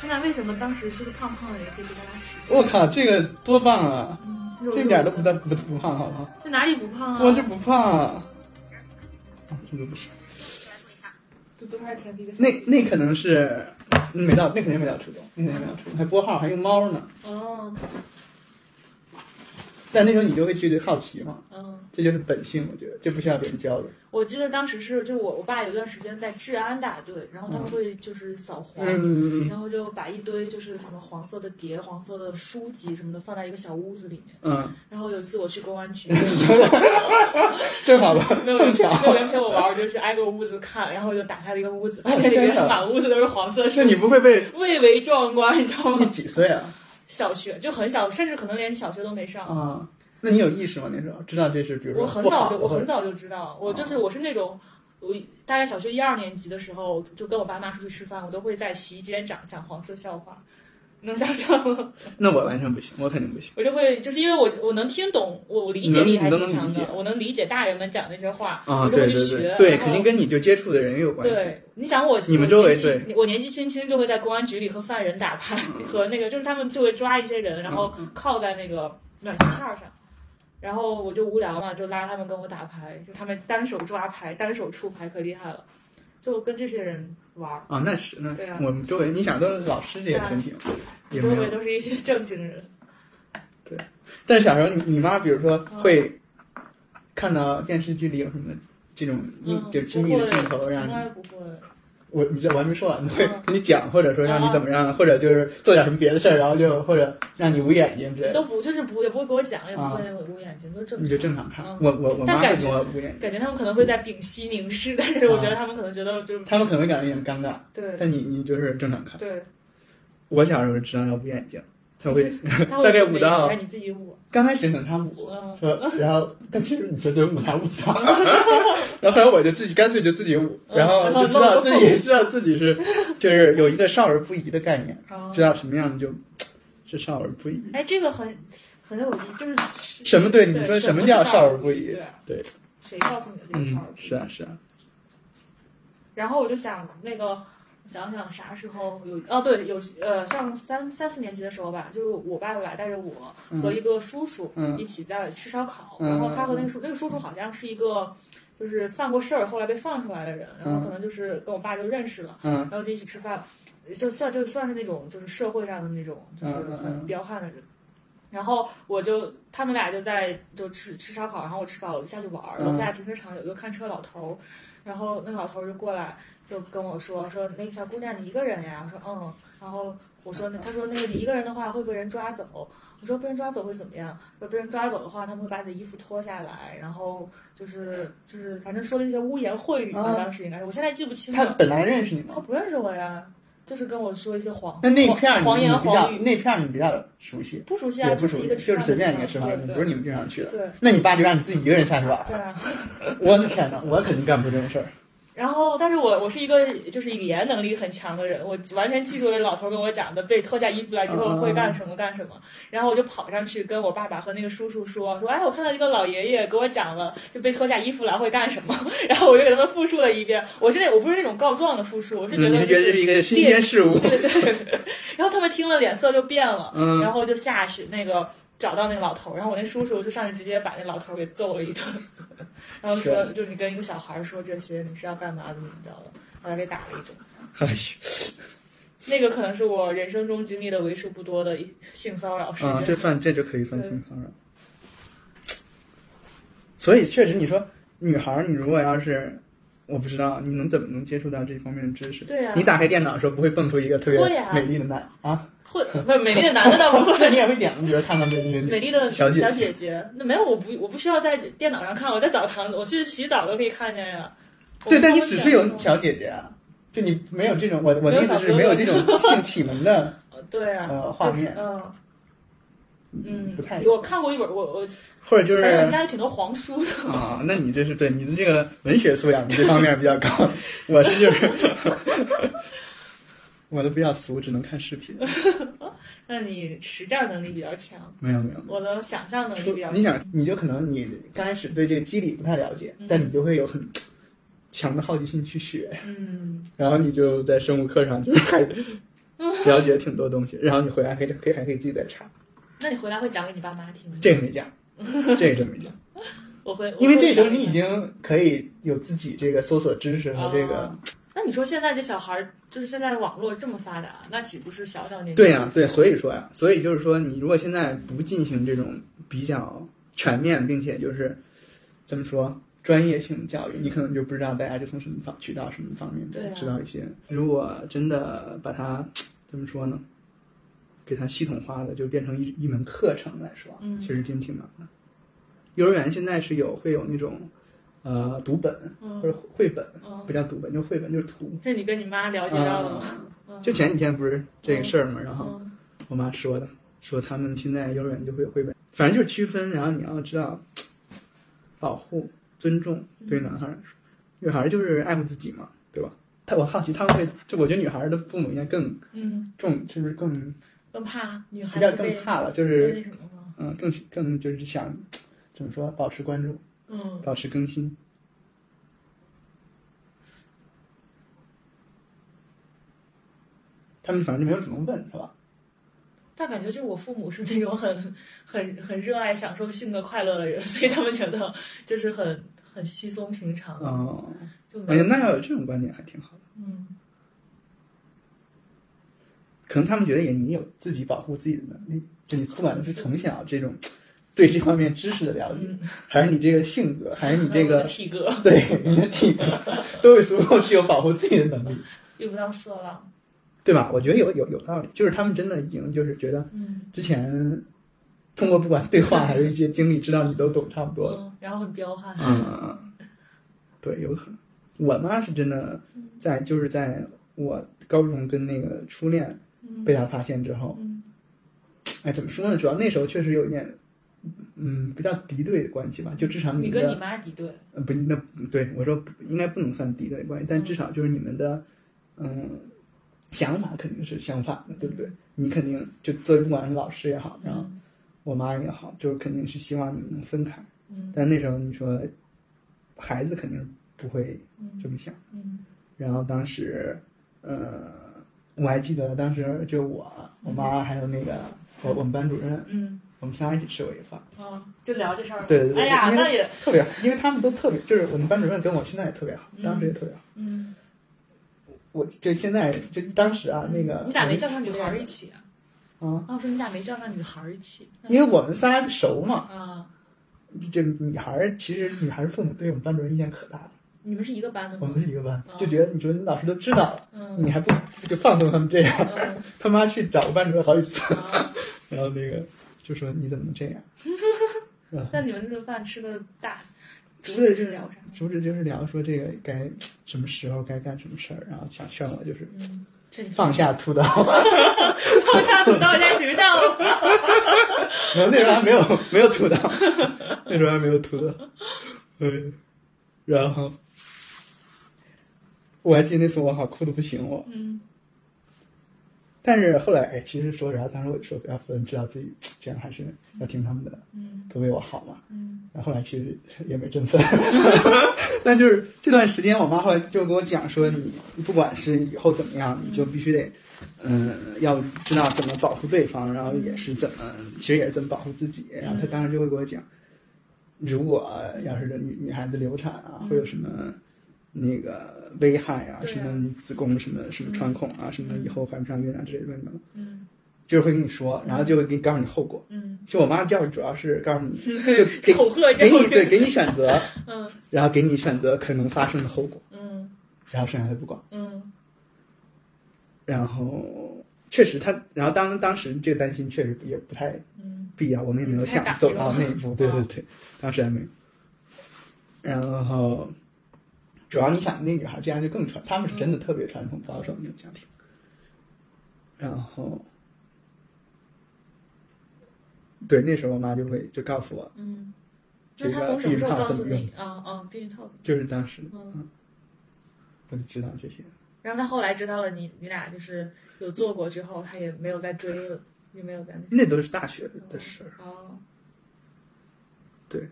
[SPEAKER 2] 天哪，为什么当时就是胖胖的人可以被大家喜欢？
[SPEAKER 3] 我靠，这个多棒啊！
[SPEAKER 2] 肉肉
[SPEAKER 3] 这一点都不大不不胖，好吗？
[SPEAKER 2] 这哪里不胖啊？
[SPEAKER 3] 我这不胖啊，啊，这个不是。
[SPEAKER 2] 嘟嘟还是挺低的。
[SPEAKER 3] 那那可能是没到，那肯定没到初中，那肯定没到初中，还拨号还用猫呢。
[SPEAKER 2] 哦，
[SPEAKER 3] 但那时候你就会觉得好奇嘛，
[SPEAKER 2] 嗯，
[SPEAKER 3] 这就是本性，我觉得这不需要别人教的。
[SPEAKER 2] 我记得当时是就我我爸有段时间在治安大队，然后他们会就是扫黄，
[SPEAKER 3] 嗯嗯嗯嗯
[SPEAKER 2] 然后就把一堆就是什么黄色的碟、黄色的书籍什么的放在一个小屋子里面。
[SPEAKER 3] 嗯，
[SPEAKER 2] 然后有一次我去公安局，
[SPEAKER 3] 正好吧，
[SPEAKER 2] 没有人
[SPEAKER 3] 碰巧。
[SPEAKER 2] 没有人陪我玩，我就是挨个屋子看，然后就打开了一个屋 子，发现里面
[SPEAKER 3] 哎真的
[SPEAKER 2] 满屋子都是黄色
[SPEAKER 3] 那
[SPEAKER 2] 书，
[SPEAKER 3] 你不会被
[SPEAKER 2] 蔚为壮观，你知道
[SPEAKER 3] 你
[SPEAKER 2] 吗？
[SPEAKER 3] 几岁啊？
[SPEAKER 2] 小学就很小，甚至可能连小学都没上。
[SPEAKER 3] 啊，那你有意识吗？那时候知道这是，比如说
[SPEAKER 2] 我很
[SPEAKER 3] 不啊
[SPEAKER 2] 早
[SPEAKER 3] 好
[SPEAKER 2] 就
[SPEAKER 3] 的
[SPEAKER 2] 我很
[SPEAKER 3] 或者
[SPEAKER 2] 早就知道，我就是我是那种，我大概小学一二年级的时候，就跟我爸妈出去吃饭，我都会在洗衣间讲讲黄色笑话，能想象吗？
[SPEAKER 3] 那我完全不行，我肯定不行
[SPEAKER 2] 我就会就是因为我我能听懂，我我理解
[SPEAKER 3] 能
[SPEAKER 2] 力还
[SPEAKER 3] 你都
[SPEAKER 2] 挺
[SPEAKER 3] 能
[SPEAKER 2] 强
[SPEAKER 3] 理
[SPEAKER 2] 的
[SPEAKER 3] 解，
[SPEAKER 2] 我能理解大人们讲那些话，
[SPEAKER 3] 啊！
[SPEAKER 2] 我就会去
[SPEAKER 3] 对对
[SPEAKER 2] 学，
[SPEAKER 3] 对
[SPEAKER 2] 然
[SPEAKER 3] 对，
[SPEAKER 2] 后
[SPEAKER 3] 肯定跟你就接触的人有关系。
[SPEAKER 2] 对，你想我
[SPEAKER 3] 你们
[SPEAKER 2] 我
[SPEAKER 3] 周围
[SPEAKER 2] 年纪
[SPEAKER 3] 对嗯
[SPEAKER 2] 我年纪轻轻就会在公安局里和犯人打牌，和那个就是他们就会抓一些人，然后靠在那个暖气套上，然后我就无聊嘛，就拉他们跟我打牌，就他们单手抓牌，单手出牌可厉害了，就跟这些人玩儿，
[SPEAKER 3] 啊，那是那
[SPEAKER 2] 对
[SPEAKER 3] 是
[SPEAKER 2] 啊，
[SPEAKER 3] 我们周围你想都是老师这些群体，也
[SPEAKER 2] 周
[SPEAKER 3] 没
[SPEAKER 2] 围
[SPEAKER 3] 有。
[SPEAKER 2] 都是一些正经人，
[SPEAKER 3] 但是小时候你你妈比如说
[SPEAKER 2] 嗯
[SPEAKER 3] 会看到电视剧里有什么这种一
[SPEAKER 2] 嗯，
[SPEAKER 3] 就亲
[SPEAKER 2] 不
[SPEAKER 3] 密的
[SPEAKER 2] 会，
[SPEAKER 3] 镜头，让
[SPEAKER 2] 从
[SPEAKER 3] 你
[SPEAKER 2] 来不会，
[SPEAKER 3] 我你这我还没说完，会
[SPEAKER 2] 嗯
[SPEAKER 3] 跟你讲，或者说让你怎么样，或者就是做点什么别的事儿，然后就或者让你捂眼睛之类的，
[SPEAKER 2] 都不就是不也不会给我讲，也不
[SPEAKER 3] 啊
[SPEAKER 2] 会捂眼睛，都正
[SPEAKER 3] 你就
[SPEAKER 2] 常。
[SPEAKER 3] 正常看
[SPEAKER 2] 嗯。
[SPEAKER 3] 我我我妈
[SPEAKER 2] 但
[SPEAKER 3] 会
[SPEAKER 2] 感
[SPEAKER 3] 给
[SPEAKER 2] 觉
[SPEAKER 3] 我捂眼睛，
[SPEAKER 2] 感觉他们可能会在屏息凝视，但是我觉得他们可能觉得就是
[SPEAKER 3] 啊他们可能会感觉有点尴尬，
[SPEAKER 2] 对
[SPEAKER 3] 但你你就是正常看。
[SPEAKER 2] 对，
[SPEAKER 3] 我小时候知道要捂眼睛，他会
[SPEAKER 2] 他会
[SPEAKER 3] 大概
[SPEAKER 2] 捂
[SPEAKER 3] 捂到
[SPEAKER 2] 还是你自己捂？
[SPEAKER 3] 刚开始可能他捂，
[SPEAKER 2] 嗯
[SPEAKER 3] 说然后但是你说就捂他捂 他，然后后来我就自己干脆就自己捂，
[SPEAKER 2] 嗯
[SPEAKER 3] 然后
[SPEAKER 2] 然后
[SPEAKER 3] 就知道自
[SPEAKER 2] 弄
[SPEAKER 3] 己知道自 己是就是有一个少儿不宜的概念，
[SPEAKER 2] 哦
[SPEAKER 3] 知道什么样就是少儿不宜，
[SPEAKER 2] 哎，这个很很有意，就是
[SPEAKER 3] 什么对你说
[SPEAKER 2] 什
[SPEAKER 3] 什么叫
[SPEAKER 2] 是
[SPEAKER 3] 少
[SPEAKER 2] 少
[SPEAKER 3] 儿不宜
[SPEAKER 2] 宜？？对，
[SPEAKER 3] 对，
[SPEAKER 2] 谁告诉你的这个
[SPEAKER 3] 嗯
[SPEAKER 2] 少儿，不宜
[SPEAKER 3] 是啊是啊，
[SPEAKER 2] 然后我就想那个。想想啥时候有哦对有呃上三三四年级的时候吧，就是我爸爸带着我和一个叔叔
[SPEAKER 3] 嗯
[SPEAKER 2] 一起在吃烧烤，
[SPEAKER 3] 嗯
[SPEAKER 2] 然后他和那个叔那个叔叔好像是一个就是犯过事儿后来被放出来的人，然后可能就是跟我爸就认识了，
[SPEAKER 3] 嗯
[SPEAKER 2] 然后就一起吃饭，就算就算是那种就是社会上的那种就是
[SPEAKER 3] 嗯嗯嗯
[SPEAKER 2] 很彪悍的人。然后我就他们俩就在就吃吃烧烤，然后我吃饱了我就下去玩儿。
[SPEAKER 3] 嗯
[SPEAKER 2] 楼下停车场有一个看车老头儿，然后那个老头儿就过来就跟我说说那个小姑娘你一个人呀？我说嗯，然后我说那他说那个你一个人的话会被人抓走，我说被人抓走会怎么样？说被人抓走的话，他们会把你的衣服脱下来，然后就是就是反正说了一些污言秽语吧，
[SPEAKER 3] 啊
[SPEAKER 2] 当时应该是，我现在记不清
[SPEAKER 3] 他
[SPEAKER 2] 了。
[SPEAKER 3] 本来认识你
[SPEAKER 2] 他
[SPEAKER 3] 吗？
[SPEAKER 2] 不认识我呀，就是跟我说一些谎
[SPEAKER 3] 那那一片儿
[SPEAKER 2] 谎
[SPEAKER 3] 你
[SPEAKER 2] 言
[SPEAKER 3] 你比较
[SPEAKER 2] 谎语，
[SPEAKER 3] 那片儿你比较熟悉，
[SPEAKER 2] 不熟悉啊，
[SPEAKER 3] 也不
[SPEAKER 2] 就是
[SPEAKER 3] 熟
[SPEAKER 2] 一
[SPEAKER 3] 悉，
[SPEAKER 2] 个
[SPEAKER 3] 就是随便你吃
[SPEAKER 2] 饭
[SPEAKER 3] 饭，
[SPEAKER 2] 的地
[SPEAKER 3] 不是
[SPEAKER 2] 方
[SPEAKER 3] 你们经常去的。
[SPEAKER 2] 对
[SPEAKER 3] 那你爸就让你自己一个人下去玩
[SPEAKER 2] 对。对啊，
[SPEAKER 3] 我的天哪，我肯定干不出这种 事儿。
[SPEAKER 2] 然后，但是我我是一个就是语言能力很强的人，我完全记住了老头跟我讲的被脱下衣服来之
[SPEAKER 3] 嗯
[SPEAKER 2] 后会干什么干什么。然后我就跑上去跟我爸爸和那个叔叔说说，哎，我看到一个老爷爷给我讲了，就被脱下衣服来会干什么。 然后我就给他们复述了一遍，我是那我不是那种告状的复述，我是觉
[SPEAKER 3] 嗯你
[SPEAKER 2] 得
[SPEAKER 3] 还觉得这是一个新鲜事物？
[SPEAKER 2] 对对。然后他们听了脸色就变了，
[SPEAKER 3] 嗯
[SPEAKER 2] 然后就下去那个找到那个老头儿，然后我那叔叔就上去直接把那老头儿给揍了一 顿，然后说就是你跟一个小孩儿说这些你是要干嘛怎么怎么着的，把他给打了一顿。
[SPEAKER 3] 哎呀，
[SPEAKER 2] 那个可能是我人生中经历的为数不多的一性骚扰事
[SPEAKER 3] 啊，
[SPEAKER 2] 件。
[SPEAKER 3] 这算这就可以算性骚扰。所以确实，你说女孩儿，你如果要是。我不知道你能怎么能接触到这方面的知识？
[SPEAKER 2] 对啊
[SPEAKER 3] 你打开电脑的时候不会蹦出一个特别
[SPEAKER 2] 会啊
[SPEAKER 3] 美丽的男啊？
[SPEAKER 2] 会不是美丽的男的倒不
[SPEAKER 3] 那你
[SPEAKER 2] 会。
[SPEAKER 3] 也会点吗？比如看到美丽的 女
[SPEAKER 2] 美丽的
[SPEAKER 3] 小姐
[SPEAKER 2] 姐那没有，我不我不需要在电脑上看，我在澡堂，我去洗澡都可以看见呀。
[SPEAKER 3] 对，但你
[SPEAKER 2] 我不
[SPEAKER 3] 只
[SPEAKER 2] 需要
[SPEAKER 3] 是有
[SPEAKER 2] 看
[SPEAKER 3] 小姐姐啊，就你没有这种我我的
[SPEAKER 2] 没有
[SPEAKER 3] 意思
[SPEAKER 2] 小
[SPEAKER 3] 是
[SPEAKER 2] 哥
[SPEAKER 3] 没有
[SPEAKER 2] 哥
[SPEAKER 3] 这种性启蒙的
[SPEAKER 2] 呃对啊，
[SPEAKER 3] 呃画面
[SPEAKER 2] 嗯嗯，
[SPEAKER 3] 不太
[SPEAKER 2] 我看过一本，我我
[SPEAKER 3] 或者就是
[SPEAKER 2] 反正我们家有挺多黄书的，
[SPEAKER 3] 啊，那你这是对你的这个文学素养这方面比较 高，我是就是 我的比较俗，只能看视频。
[SPEAKER 2] 那你实战能力比较强，
[SPEAKER 3] 没有没有，
[SPEAKER 2] 我的想象能力
[SPEAKER 3] 出
[SPEAKER 2] 比较强，
[SPEAKER 3] 你想你就可能你刚开始对这个机理不太了解，但你就会有很强的好奇心去学，
[SPEAKER 2] 嗯，
[SPEAKER 3] 然后你就在生物课上就是 还了解挺多东西，然后你回来可以可以还可以自己再查，
[SPEAKER 2] 那你回来会讲给你爸妈听吗？
[SPEAKER 3] 这个没讲，这个真没讲。
[SPEAKER 2] 我会，我会
[SPEAKER 3] 因为这时候你
[SPEAKER 2] 讲
[SPEAKER 3] 已经可以有自己这个搜索知识和这个
[SPEAKER 2] 那你说现在这小孩儿，就是现在的网络这么发达，那岂不是小小年纪？
[SPEAKER 3] 对呀、对，所以说呀、所以就是说，你如果现在不进行这种比较全面，并且就是怎么说专业性的教育，你可能就不知道大家就从什么方渠道、什么方面
[SPEAKER 2] 对啊
[SPEAKER 3] 知道一些。如果真的把它怎么说呢，给它系统化的，就变成一一门课程来说，
[SPEAKER 2] 嗯
[SPEAKER 3] 其实真挺难的。幼儿园现在是有会有那种呃读本、
[SPEAKER 2] 嗯
[SPEAKER 3] 或者绘本，
[SPEAKER 2] 嗯
[SPEAKER 3] 不叫读本，就绘本就是图。啊
[SPEAKER 2] 这你跟你妈了解到了吗？嗯
[SPEAKER 3] 就前几天不是这个事儿嘛，然后
[SPEAKER 2] 嗯
[SPEAKER 3] 我妈说的，说他们现在幼儿园就会有绘本，反正就是区分，然后你要知道保护、尊重对男孩儿来说，女孩儿就是爱护自己嘛，对吧？他我好奇他们会，就我觉得女孩儿的父母应该更
[SPEAKER 2] 嗯，
[SPEAKER 3] 重，是不是更
[SPEAKER 2] 更怕女孩
[SPEAKER 3] 比较
[SPEAKER 2] 子
[SPEAKER 3] 更
[SPEAKER 2] 被
[SPEAKER 3] 怕了？就
[SPEAKER 2] 被
[SPEAKER 3] 是
[SPEAKER 2] 那什么吗？
[SPEAKER 3] 嗯，更更就是想怎么说，保持关注，
[SPEAKER 2] 嗯，
[SPEAKER 3] 保持更新。他们反正就没有主动问，是吧？
[SPEAKER 2] 但感觉就是我父母是那种很很很热爱享受性格快乐的人，所以他们觉得就是很很稀松平常，
[SPEAKER 3] 哦，
[SPEAKER 2] 就没
[SPEAKER 3] 哎呀，
[SPEAKER 2] 有
[SPEAKER 3] 那要有这种观点还挺好的。
[SPEAKER 2] 嗯
[SPEAKER 3] 可能他们觉得也你有自己保护自己的能力，这你不管是从小这种对这方面知识的了解，
[SPEAKER 2] 嗯，
[SPEAKER 3] 还是你这个性格，还是你
[SPEAKER 2] 还有
[SPEAKER 3] 这
[SPEAKER 2] 我的
[SPEAKER 3] 个
[SPEAKER 2] 体格
[SPEAKER 3] 对你的体格，都是足够具有保护自己的能力，
[SPEAKER 2] 遇不到色狼，
[SPEAKER 3] 对吧？我觉得有有有道理，就是他们真的已经就是觉得
[SPEAKER 2] 嗯
[SPEAKER 3] 之前通过不管对话还是一些经历，知道你都懂差不多了。
[SPEAKER 2] 嗯，然后很彪悍，
[SPEAKER 3] 嗯，对，有可能。我妈是真的在，就是在我高中跟那个初恋
[SPEAKER 2] 嗯
[SPEAKER 3] 被她发现之后，
[SPEAKER 2] 嗯
[SPEAKER 3] 哎，怎么说呢？主要那时候确实有一点，嗯，不叫敌对的关系吧，就至少
[SPEAKER 2] 你
[SPEAKER 3] 们
[SPEAKER 2] 跟你
[SPEAKER 3] 的
[SPEAKER 2] 妈敌对，
[SPEAKER 3] 呃不，那对我说不应该不能算敌对关系，但至少就是你们的，嗯，想法肯定是相反的，对不对？你肯定就作为不管是老师也好，然后我妈也好，就是肯定是希望你们能分开。
[SPEAKER 2] 嗯
[SPEAKER 3] 但那时候你说，孩子肯定不会这么想。
[SPEAKER 2] 嗯
[SPEAKER 3] 然后当时，呃，我还记得当时就我、我妈还有那个我我们班主任，
[SPEAKER 2] 嗯
[SPEAKER 3] 我们仨一起吃过一个饭。
[SPEAKER 2] 啊，就聊这事儿，
[SPEAKER 3] 对对对，
[SPEAKER 2] 哎呀，
[SPEAKER 3] 因为
[SPEAKER 2] 那也
[SPEAKER 3] 特别好，因为他们都特别，就是我们班主任跟我现在也特别好，当时也特别好。
[SPEAKER 2] 嗯，
[SPEAKER 3] 我就现在就当时啊，那个
[SPEAKER 2] 你咋没叫上女孩儿一起啊？
[SPEAKER 3] 啊？
[SPEAKER 2] 啊，我说你咋没叫上女孩儿一起？
[SPEAKER 3] 因为我们仨熟嘛，
[SPEAKER 2] 啊，
[SPEAKER 3] 就女孩儿其实女孩儿父母对我们班主任意见可大了。
[SPEAKER 2] 你们是一个班的
[SPEAKER 3] 我
[SPEAKER 2] 吗
[SPEAKER 3] 们？是一个班
[SPEAKER 2] 哦，
[SPEAKER 3] 就觉得你说你老师都知道了，
[SPEAKER 2] 嗯
[SPEAKER 3] 你还不就放纵他们这样？
[SPEAKER 2] 嗯
[SPEAKER 3] 他妈去找班主任好几次，
[SPEAKER 2] 啊，
[SPEAKER 3] 然后那个就说你怎么能这 样？
[SPEAKER 2] 那你们那顿饭吃的大，
[SPEAKER 3] 吃的
[SPEAKER 2] 是
[SPEAKER 3] 是
[SPEAKER 2] 聊啥？
[SPEAKER 3] 主旨就是聊说这个该什么时候该干什么事儿，然后想劝我就是
[SPEAKER 2] 嗯，这你
[SPEAKER 3] 放下屠刀。
[SPEAKER 2] 放下土豆加形象了。
[SPEAKER 3] 然后那时候还没有没有屠刀，那时候还没有屠刀，嗯，然后我还记得那次我好哭的不行我，
[SPEAKER 2] 嗯
[SPEAKER 3] 但是后来哎，其实说实话，当时我说不要分，知道自己这样还是要听他们的，
[SPEAKER 2] 嗯
[SPEAKER 3] 都为我好嘛。
[SPEAKER 2] 嗯
[SPEAKER 3] 然后后来其实也没真分， 但就是这段时间，我妈后来就跟我讲说，你不管是以后怎么样，你就必须得，嗯，要知道怎么保护对方，然后也是怎么，其实也是怎么保护自己。然后她当时就会给我讲，如果要是女女孩子流产啊，会有什么那个危害啊，
[SPEAKER 2] 对啊
[SPEAKER 3] 什么子宫什么什么穿孔啊，什么以后怀不上孕啊之类的问题，
[SPEAKER 2] 嗯
[SPEAKER 3] 就是会跟你说，然后就会给你告诉你后果。
[SPEAKER 2] 嗯
[SPEAKER 3] 就我妈教育主要是告诉你，就 给
[SPEAKER 2] 恐吓教
[SPEAKER 3] 给
[SPEAKER 2] 育
[SPEAKER 3] 你对给你选择，
[SPEAKER 2] 嗯
[SPEAKER 3] 然后给你选择可能发生的后果，
[SPEAKER 2] 嗯
[SPEAKER 3] 然后剩下的不管。
[SPEAKER 2] 嗯
[SPEAKER 3] 然后确实他，然后当当时这个担心确实也不太
[SPEAKER 2] 嗯
[SPEAKER 3] 必要，我们也没有想走到那一步，对对对，当时还没有。然后主要你想，那女孩这样就更传，他们是真的特别传统保守那种家庭。然后，对，那时候我妈就会就告诉我，
[SPEAKER 2] 嗯。那他从什么时候告诉你啊啊避孕套？
[SPEAKER 3] 就是当时，
[SPEAKER 2] 嗯
[SPEAKER 3] 嗯，我就知道这些。
[SPEAKER 2] 然后他后来知道了你你俩就是有做过之后，他也没有再追了，也没有再那
[SPEAKER 3] 那都是大学的事儿，
[SPEAKER 2] 哦，
[SPEAKER 3] 对，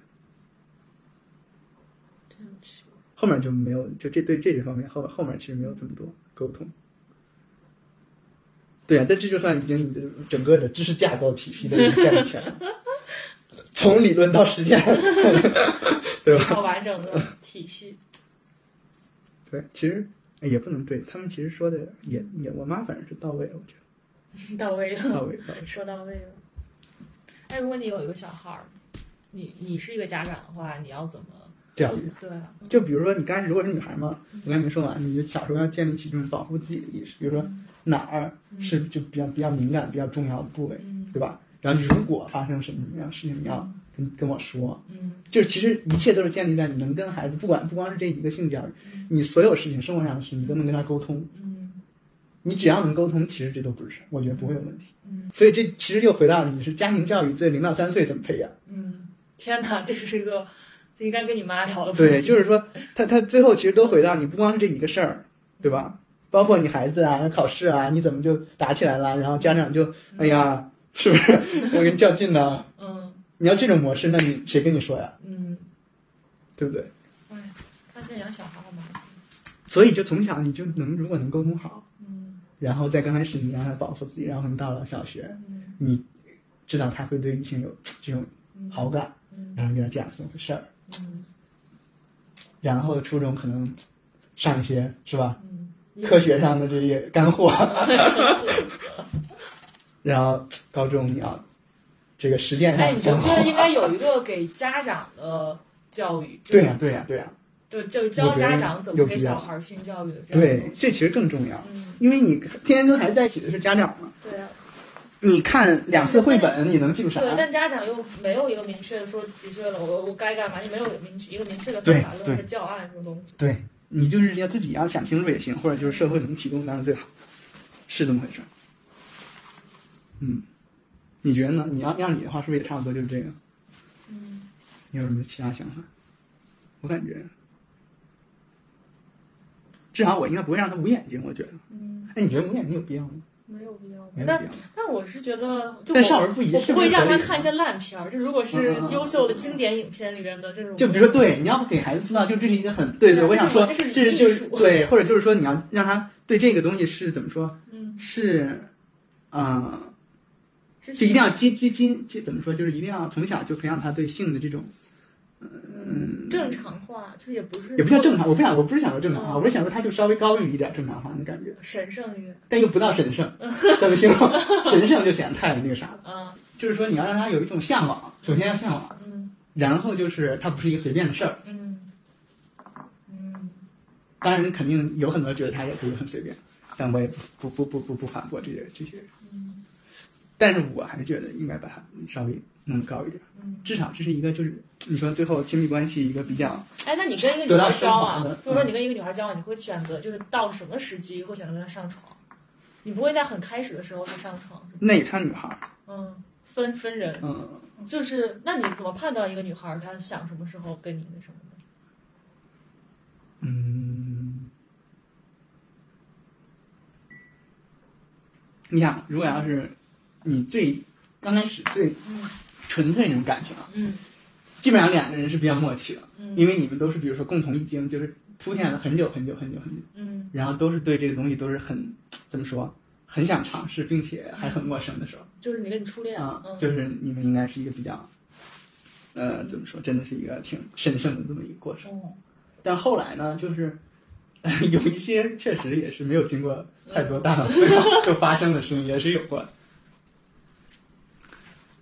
[SPEAKER 2] 真是
[SPEAKER 3] 后面就没有，就这对这些方面，后后面其实没有这么多沟通。对啊呀、但这就算已经你的整个的知识架构体系都已经建立起 来了，从理论到实践， 对
[SPEAKER 2] 一
[SPEAKER 3] 吧？
[SPEAKER 2] 套完整的体系。
[SPEAKER 3] 对，其实哎也不能对他们其实说的也也，我妈反正是到位了，我觉
[SPEAKER 2] 到位
[SPEAKER 3] 得到
[SPEAKER 2] 了，
[SPEAKER 3] 位到位。
[SPEAKER 2] 说到位了。哎，如果你有一个小孩儿，你你是一个家长的话，你要怎么？
[SPEAKER 3] 教育
[SPEAKER 2] 对啊，
[SPEAKER 3] 就比如说你刚开始如果是女孩嘛，我刚才没说完，你就小时候要建立起这种保护自己的意识，比如说哪儿是就比较比较敏感、比较重要的部位，
[SPEAKER 2] 嗯
[SPEAKER 3] 对吧？然后如果发生什么样的事情，你要跟跟我说，
[SPEAKER 2] 嗯
[SPEAKER 3] 就是其实一切都是建立在你能跟孩子，不管不光是这一个性教育，你所有事情生活上的事，你都能跟他沟通。
[SPEAKER 2] 嗯
[SPEAKER 3] 你只要能沟通，其实这都不是事儿，我觉得不会有问题。
[SPEAKER 2] 嗯
[SPEAKER 3] 所以这其实又回到你是家庭教育，这零到三岁怎么培养？
[SPEAKER 2] 嗯，天哪，这是一个，这应该跟你妈聊 的。
[SPEAKER 3] 对，就是说他他最后其实都回到你不光是这一个事儿，对吧？包括你孩子啊，考试啊，你怎么就打起来了？然后家长就哎呀，是不是 我给你较劲呢？
[SPEAKER 2] 嗯
[SPEAKER 3] 你要这种模式，那你谁跟你说呀？
[SPEAKER 2] 嗯，
[SPEAKER 3] 对不对？
[SPEAKER 2] 哎，但是养小孩好麻烦。
[SPEAKER 3] 所以就从小你就能如果能沟通好。
[SPEAKER 2] 嗯
[SPEAKER 3] 然后在刚开始你让他保护自己，然后你到了小学，
[SPEAKER 2] 嗯
[SPEAKER 3] 你知道他会对异性有这种
[SPEAKER 2] 嗯
[SPEAKER 3] 好感，
[SPEAKER 2] 嗯
[SPEAKER 3] 然后给他讲这么回事儿，
[SPEAKER 2] 嗯
[SPEAKER 3] 然后初中可能上一些是吧，
[SPEAKER 2] 嗯，
[SPEAKER 3] 科学上的这些 干货，然后高中你要这个实践
[SPEAKER 2] 哎，
[SPEAKER 3] 上
[SPEAKER 2] 你
[SPEAKER 3] 的
[SPEAKER 2] 觉
[SPEAKER 3] 干
[SPEAKER 2] 得应该
[SPEAKER 3] 货。
[SPEAKER 2] 有一个给家长的教育？
[SPEAKER 3] 对啊呀、对呀、对呀、
[SPEAKER 2] 对，就教家长怎么给小孩性教育的这样。
[SPEAKER 3] 对，，这其实更重要，
[SPEAKER 2] 嗯，
[SPEAKER 3] 因为你天天跟孩子在一起的是家长嘛。
[SPEAKER 2] 对啊，
[SPEAKER 3] 你看两次绘本，你能记住啥？
[SPEAKER 2] 对，但家长又没有一个明确的说几岁了，我我该干嘛，也没有明确一个明确的方法
[SPEAKER 3] 对
[SPEAKER 2] 论和
[SPEAKER 3] 对
[SPEAKER 2] 教案什么东西。
[SPEAKER 3] 对你就是要自己要想清楚也行，或者就是社会能提供当然最好，是这么回事儿。嗯，你觉得呢？你要要你的话，是不是也差不多就是这个？
[SPEAKER 2] 嗯，
[SPEAKER 3] 你有什么其他想法？我感觉，至少我应该不会让他捂眼睛。我觉得，
[SPEAKER 2] 嗯，
[SPEAKER 3] 哎，你觉得捂眼睛有必要吗？
[SPEAKER 2] 没有必要吧。
[SPEAKER 3] 没有必
[SPEAKER 2] 但
[SPEAKER 3] 要。
[SPEAKER 2] 但我是觉得，就
[SPEAKER 3] 但
[SPEAKER 2] 我
[SPEAKER 3] 少儿不宜
[SPEAKER 2] 我
[SPEAKER 3] 是
[SPEAKER 2] 不
[SPEAKER 3] 不
[SPEAKER 2] 会
[SPEAKER 3] 是
[SPEAKER 2] 让
[SPEAKER 3] 合
[SPEAKER 2] 他
[SPEAKER 3] 理的
[SPEAKER 2] 看一些烂片儿。就如果是
[SPEAKER 3] 嗯嗯嗯
[SPEAKER 2] 优秀的经典影片里边的这种，
[SPEAKER 3] 就比如说，对，你要给孩子塑造，就这是一个很对对，我想说，
[SPEAKER 2] 这是
[SPEAKER 3] 这是就
[SPEAKER 2] 艺
[SPEAKER 3] 是
[SPEAKER 2] 术
[SPEAKER 3] 对，或者就是说，你要让他对这个东西是怎么说？
[SPEAKER 2] 嗯，
[SPEAKER 3] 是，嗯。
[SPEAKER 2] 是
[SPEAKER 3] 就一定要激激激激怎么说？就是一定要从小就培养他对性的这种，嗯，
[SPEAKER 2] 正常化，就是也不是
[SPEAKER 3] 也不叫正常。我不想，我不是想说正常化，啊
[SPEAKER 2] 嗯
[SPEAKER 3] 我是想说他就稍微高于一点正常化的感觉，
[SPEAKER 2] 神圣一点。
[SPEAKER 3] 但又不到 神圣，怎么形容？神圣就显得太那个啥了。
[SPEAKER 2] 啊，
[SPEAKER 3] 就是说你要让他有一种向往，首先要向往，
[SPEAKER 2] 嗯
[SPEAKER 3] 然后就是它不是一个随便的事儿。
[SPEAKER 2] 嗯嗯
[SPEAKER 3] 当然，肯定有很多觉得他也可以很随便，但我也不不不不不不反驳这些这些人。
[SPEAKER 2] 嗯
[SPEAKER 3] 但是我还是觉得应该把它稍微弄高一点，
[SPEAKER 2] 嗯。
[SPEAKER 3] 至少这是一个就是你说最后亲密关系一个比较。
[SPEAKER 2] 哎，那你跟一个
[SPEAKER 3] 得
[SPEAKER 2] 女
[SPEAKER 3] 到
[SPEAKER 2] 孩
[SPEAKER 3] 升
[SPEAKER 2] 交
[SPEAKER 3] 华
[SPEAKER 2] 往
[SPEAKER 3] 的，嗯
[SPEAKER 2] 或者说你跟一个女孩交往，你会选择就是到什么时机会选择跟她上床？你不会在很开始的时候就上床，是吧
[SPEAKER 3] 那也看女孩儿，
[SPEAKER 2] 嗯，分分人，
[SPEAKER 3] 嗯，
[SPEAKER 2] 就是那你怎么判断一个女孩她想什么时候跟你那什么呢？
[SPEAKER 3] 嗯，你想，如果要是你最刚开始最
[SPEAKER 2] 嗯
[SPEAKER 3] 纯粹那种感情啊，
[SPEAKER 2] 嗯
[SPEAKER 3] 基本上两个人是比较默契的，
[SPEAKER 2] 嗯
[SPEAKER 3] 因为你们都是比如说共同已经就是铺垫了很久很久很久很久，
[SPEAKER 2] 嗯
[SPEAKER 3] 然后都是对这个东西都是很怎么说，很想尝试，并且还很陌生的时候，
[SPEAKER 2] 就是你跟你初恋，
[SPEAKER 3] 啊、
[SPEAKER 2] 嗯，
[SPEAKER 3] 就是你们应该是一个比较，呃，怎么说，真的是一个挺神圣的这么一个过程。
[SPEAKER 2] 嗯
[SPEAKER 3] 但后来呢，就是、 有一些确实也是没有经过太多大脑思考
[SPEAKER 2] 嗯
[SPEAKER 3] 就发生的事情，也是有过的。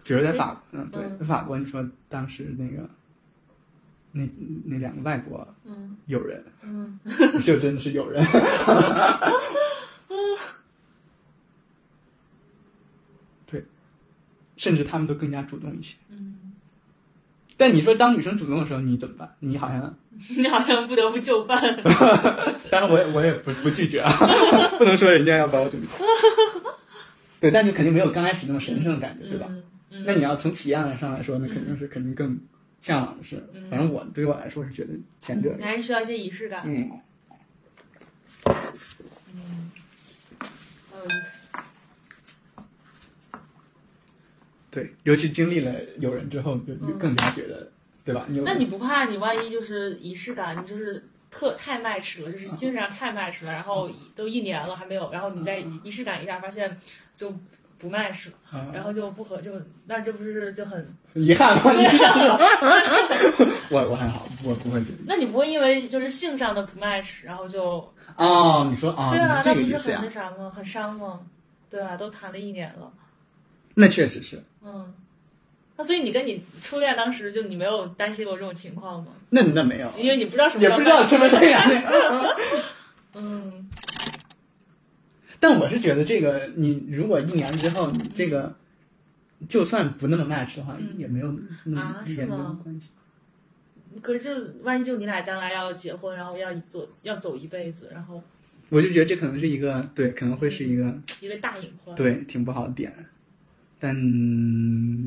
[SPEAKER 3] 比如在法，嗯，对，
[SPEAKER 2] 嗯
[SPEAKER 3] 在法国，你说当时那个，那那两个外国
[SPEAKER 2] 嗯
[SPEAKER 3] 友人，
[SPEAKER 2] 嗯
[SPEAKER 3] 就真的是友人。 对，甚至他们都更加主动一些。
[SPEAKER 2] 嗯，
[SPEAKER 3] 但你说当女生主动的时候，你怎么办？你好像
[SPEAKER 2] 你好像不得不就范，
[SPEAKER 3] 当然我也我也不不拒绝啊， 不能说人家要把我怎么样。 对，但就肯定没有刚开始那么神圣的感觉，对吧？
[SPEAKER 2] 嗯？嗯
[SPEAKER 3] 那你要从体验上来说，那肯定是肯定更向往的是，
[SPEAKER 2] 嗯
[SPEAKER 3] 反正我对我来说是觉得前者
[SPEAKER 2] 你。还是需要一些仪式感。
[SPEAKER 3] 嗯，
[SPEAKER 2] 嗯，好有意思。
[SPEAKER 3] 对，尤其经历了有人之后，就就
[SPEAKER 2] 嗯
[SPEAKER 3] 更加觉得，对吧？你有
[SPEAKER 2] 那你不怕你万一就是仪式感，你就是特太 match 了，就是精神上太 match 了，然后都一年了还没有，然后你在仪式感一下发现就不卖是吧？
[SPEAKER 3] 啊
[SPEAKER 2] 然后就不合就，那这不是就很？
[SPEAKER 3] 很遗憾吗？你 我我还好，我不会觉得。
[SPEAKER 2] 那你不会因为就是性上的不卖是，然后就
[SPEAKER 3] 哦，你说啊，
[SPEAKER 2] 对啊，
[SPEAKER 3] 你
[SPEAKER 2] 那
[SPEAKER 3] 这
[SPEAKER 2] 不
[SPEAKER 3] 个
[SPEAKER 2] 是
[SPEAKER 3] 意思
[SPEAKER 2] 很
[SPEAKER 3] 呀
[SPEAKER 2] 那？啥吗？很伤吗？对啊，都谈了一年了，
[SPEAKER 3] 那确实是。
[SPEAKER 2] 嗯，那所以你跟你初恋当时就你没有担心过这种情况吗？
[SPEAKER 3] 那那没有，
[SPEAKER 2] 因为你不知道什么
[SPEAKER 3] 也
[SPEAKER 2] 叫
[SPEAKER 3] 不知道
[SPEAKER 2] 卖
[SPEAKER 3] 什么对呀、那
[SPEAKER 2] 嗯，
[SPEAKER 3] 但我是觉得这个，你如果一年之后，你这个就算不那么 match 的话，
[SPEAKER 2] 嗯
[SPEAKER 3] 也没有那么
[SPEAKER 2] 啊是
[SPEAKER 3] 严重的
[SPEAKER 2] 吗
[SPEAKER 3] 关系。
[SPEAKER 2] 可是万一就你俩将来要结婚，然后要一走要走一辈子，然后
[SPEAKER 3] 我就觉得这可能是一个对，可能会是一个
[SPEAKER 2] 一个大隐患，
[SPEAKER 3] 对挺不好的点，但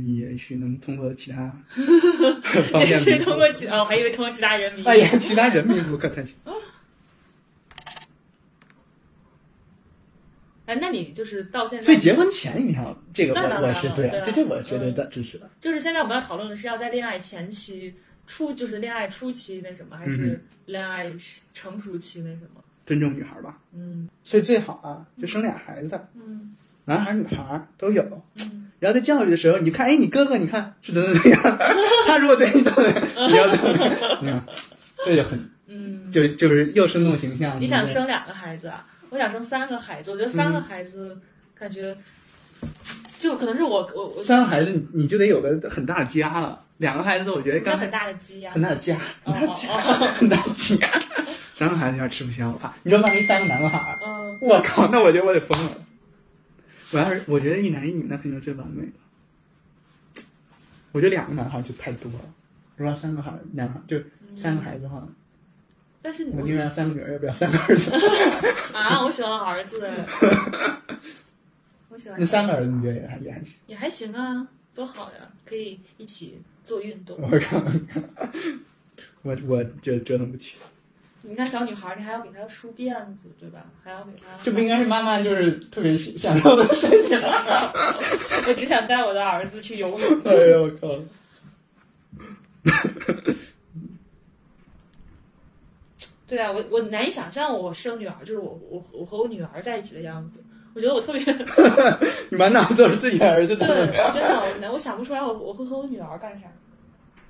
[SPEAKER 3] 也许能通过 其他方
[SPEAKER 2] 也
[SPEAKER 3] 面弥
[SPEAKER 2] 是
[SPEAKER 3] 补
[SPEAKER 2] 通过其哦，我还以为通过其他人民。
[SPEAKER 3] 哎呀，其他人弥补可 才行。
[SPEAKER 2] 哎，那你就是到现
[SPEAKER 3] 所以
[SPEAKER 2] 在，
[SPEAKER 3] 结婚前你要这个我
[SPEAKER 2] 那当然
[SPEAKER 3] 我是
[SPEAKER 2] 了
[SPEAKER 3] 对
[SPEAKER 2] 对啊
[SPEAKER 3] 这这我绝对的支持的。
[SPEAKER 2] 就是现在我们要讨论的是要在恋爱前期初，就是恋爱初期那什么，还
[SPEAKER 3] 嗯
[SPEAKER 2] 是恋爱成熟期那什么？
[SPEAKER 3] 尊重女孩吧。
[SPEAKER 2] 嗯
[SPEAKER 3] 所以最好啊，就生俩孩子，
[SPEAKER 2] 嗯
[SPEAKER 3] 男孩儿女孩儿都有。
[SPEAKER 2] 嗯，
[SPEAKER 3] 然后在教育的时候，你看，哎，你哥哥，你看是怎么怎么样， 他如果对你怎么，你要怎 么 怎么样，这就很
[SPEAKER 2] 嗯，
[SPEAKER 3] 就就是又生动形象。
[SPEAKER 2] 你想
[SPEAKER 3] 又
[SPEAKER 2] 生两个孩子啊？我想生三个孩子，我觉得三个孩子感觉就可能是我我我
[SPEAKER 3] 三个孩子，你你就得有个很大的家了。两个孩子，我觉得
[SPEAKER 2] 那
[SPEAKER 3] 刚
[SPEAKER 2] 很大的鸡呀
[SPEAKER 3] 很，大的家，
[SPEAKER 2] 哦
[SPEAKER 3] 很大的家，
[SPEAKER 2] 哦
[SPEAKER 3] 很大的家。三个孩子有点吃不消，我怕。你说万一三个男孩儿，
[SPEAKER 2] 嗯，
[SPEAKER 3] 我靠，那我觉得我得疯了。我要是我觉得一男一女，那肯定是最完美的。我觉得两个男孩儿就太多了，如果要三个孩儿男孩儿就三个孩子的话，
[SPEAKER 2] 但是你
[SPEAKER 3] 我宁愿要三个女儿，也不要三个儿子。
[SPEAKER 2] 啊，我喜欢儿子，我喜欢
[SPEAKER 3] 那三个儿子你觉得也还也还行？
[SPEAKER 2] 也还行啊，多好呀，可以一起做运动。
[SPEAKER 3] 我靠，我我觉得折腾不起。
[SPEAKER 2] 你看小女孩，你还要给她梳辫子，对吧？还要给她，
[SPEAKER 3] 这不应该是妈妈就是特别享受的事情吗？
[SPEAKER 2] 我只想带我的儿子去游泳。
[SPEAKER 3] 哎呦我靠！
[SPEAKER 2] 对啊，我我难以想象我生女儿，就是我我我和我女儿在一起的样子。我觉得我特别对，
[SPEAKER 3] 你满脑子都是自己的儿子
[SPEAKER 2] 真
[SPEAKER 3] 在那边。
[SPEAKER 2] 的，我难我想不出来我我会和我女儿干啥。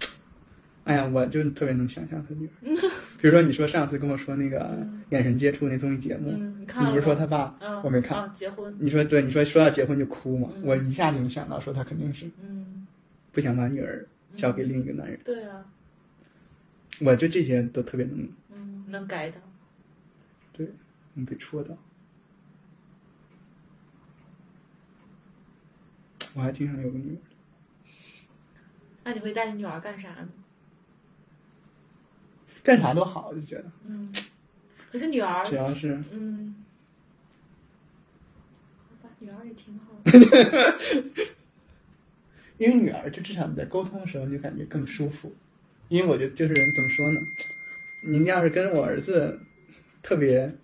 [SPEAKER 3] 哎呀，我就特别能想象他女
[SPEAKER 2] 嗯
[SPEAKER 3] 儿。比如说，你说上次跟我说那个眼神接触那综艺节目，
[SPEAKER 2] 嗯，你看了
[SPEAKER 3] 你
[SPEAKER 2] 吗？
[SPEAKER 3] 不是说他爸？
[SPEAKER 2] 嗯，
[SPEAKER 3] 我没看。
[SPEAKER 2] 啊，结婚，
[SPEAKER 3] 你说对，你说说要结婚就哭嘛，
[SPEAKER 2] 嗯
[SPEAKER 3] 我一下就能想到，说他肯定是
[SPEAKER 2] 嗯，
[SPEAKER 3] 不想把女儿交给另一个男人。
[SPEAKER 2] 对啊，
[SPEAKER 3] 我就这些都特别能
[SPEAKER 2] 嗯，能改的。
[SPEAKER 3] 对，能被戳到。我还挺想有个女儿的，
[SPEAKER 2] 那你会带你女儿干啥呢？
[SPEAKER 3] 干啥都好，就觉得
[SPEAKER 2] 嗯，可是女儿
[SPEAKER 3] 只要是
[SPEAKER 2] 嗯，好吧，女儿也挺好 的。
[SPEAKER 3] 因为女儿，就至少你在沟通的时候你就感觉更舒服。因为我觉得就是怎么说呢，您要是跟我儿子特别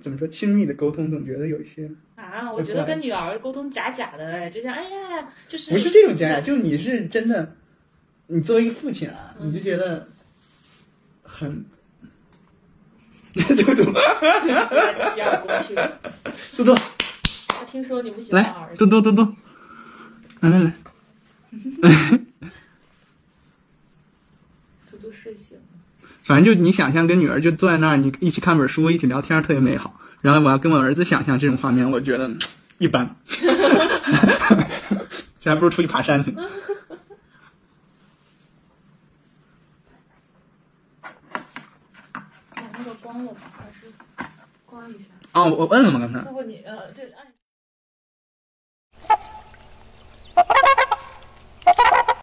[SPEAKER 3] 怎么说亲密的沟通，总觉得有一些
[SPEAKER 2] 啊，我觉得跟女儿沟通假假的，哎，就像哎呀，就是
[SPEAKER 3] 不是这种家长，就你是真的，你作为一个父亲啊，
[SPEAKER 2] 嗯
[SPEAKER 3] 你就觉得很。 嘟嘟，啊
[SPEAKER 2] 对洗耳 恭听。
[SPEAKER 3] 嘟嘟，
[SPEAKER 2] 他听说你不喜欢
[SPEAKER 3] 来
[SPEAKER 2] 儿，
[SPEAKER 3] 嘟
[SPEAKER 2] 子，
[SPEAKER 3] 嘟嘟嘟，来来来，
[SPEAKER 2] 嘟嘟睡醒了。
[SPEAKER 3] 反正就你想象跟女儿就坐在那儿，你一起看本书，一起聊天，特别美好。然后我要跟我儿子想象这种画面，我觉得嗯一般， 这还不如出去爬山去。
[SPEAKER 2] 把那个关了吧，还是关一下。哎
[SPEAKER 3] 哦，我摁了吗？刚才哦
[SPEAKER 2] 如果你呃，这按。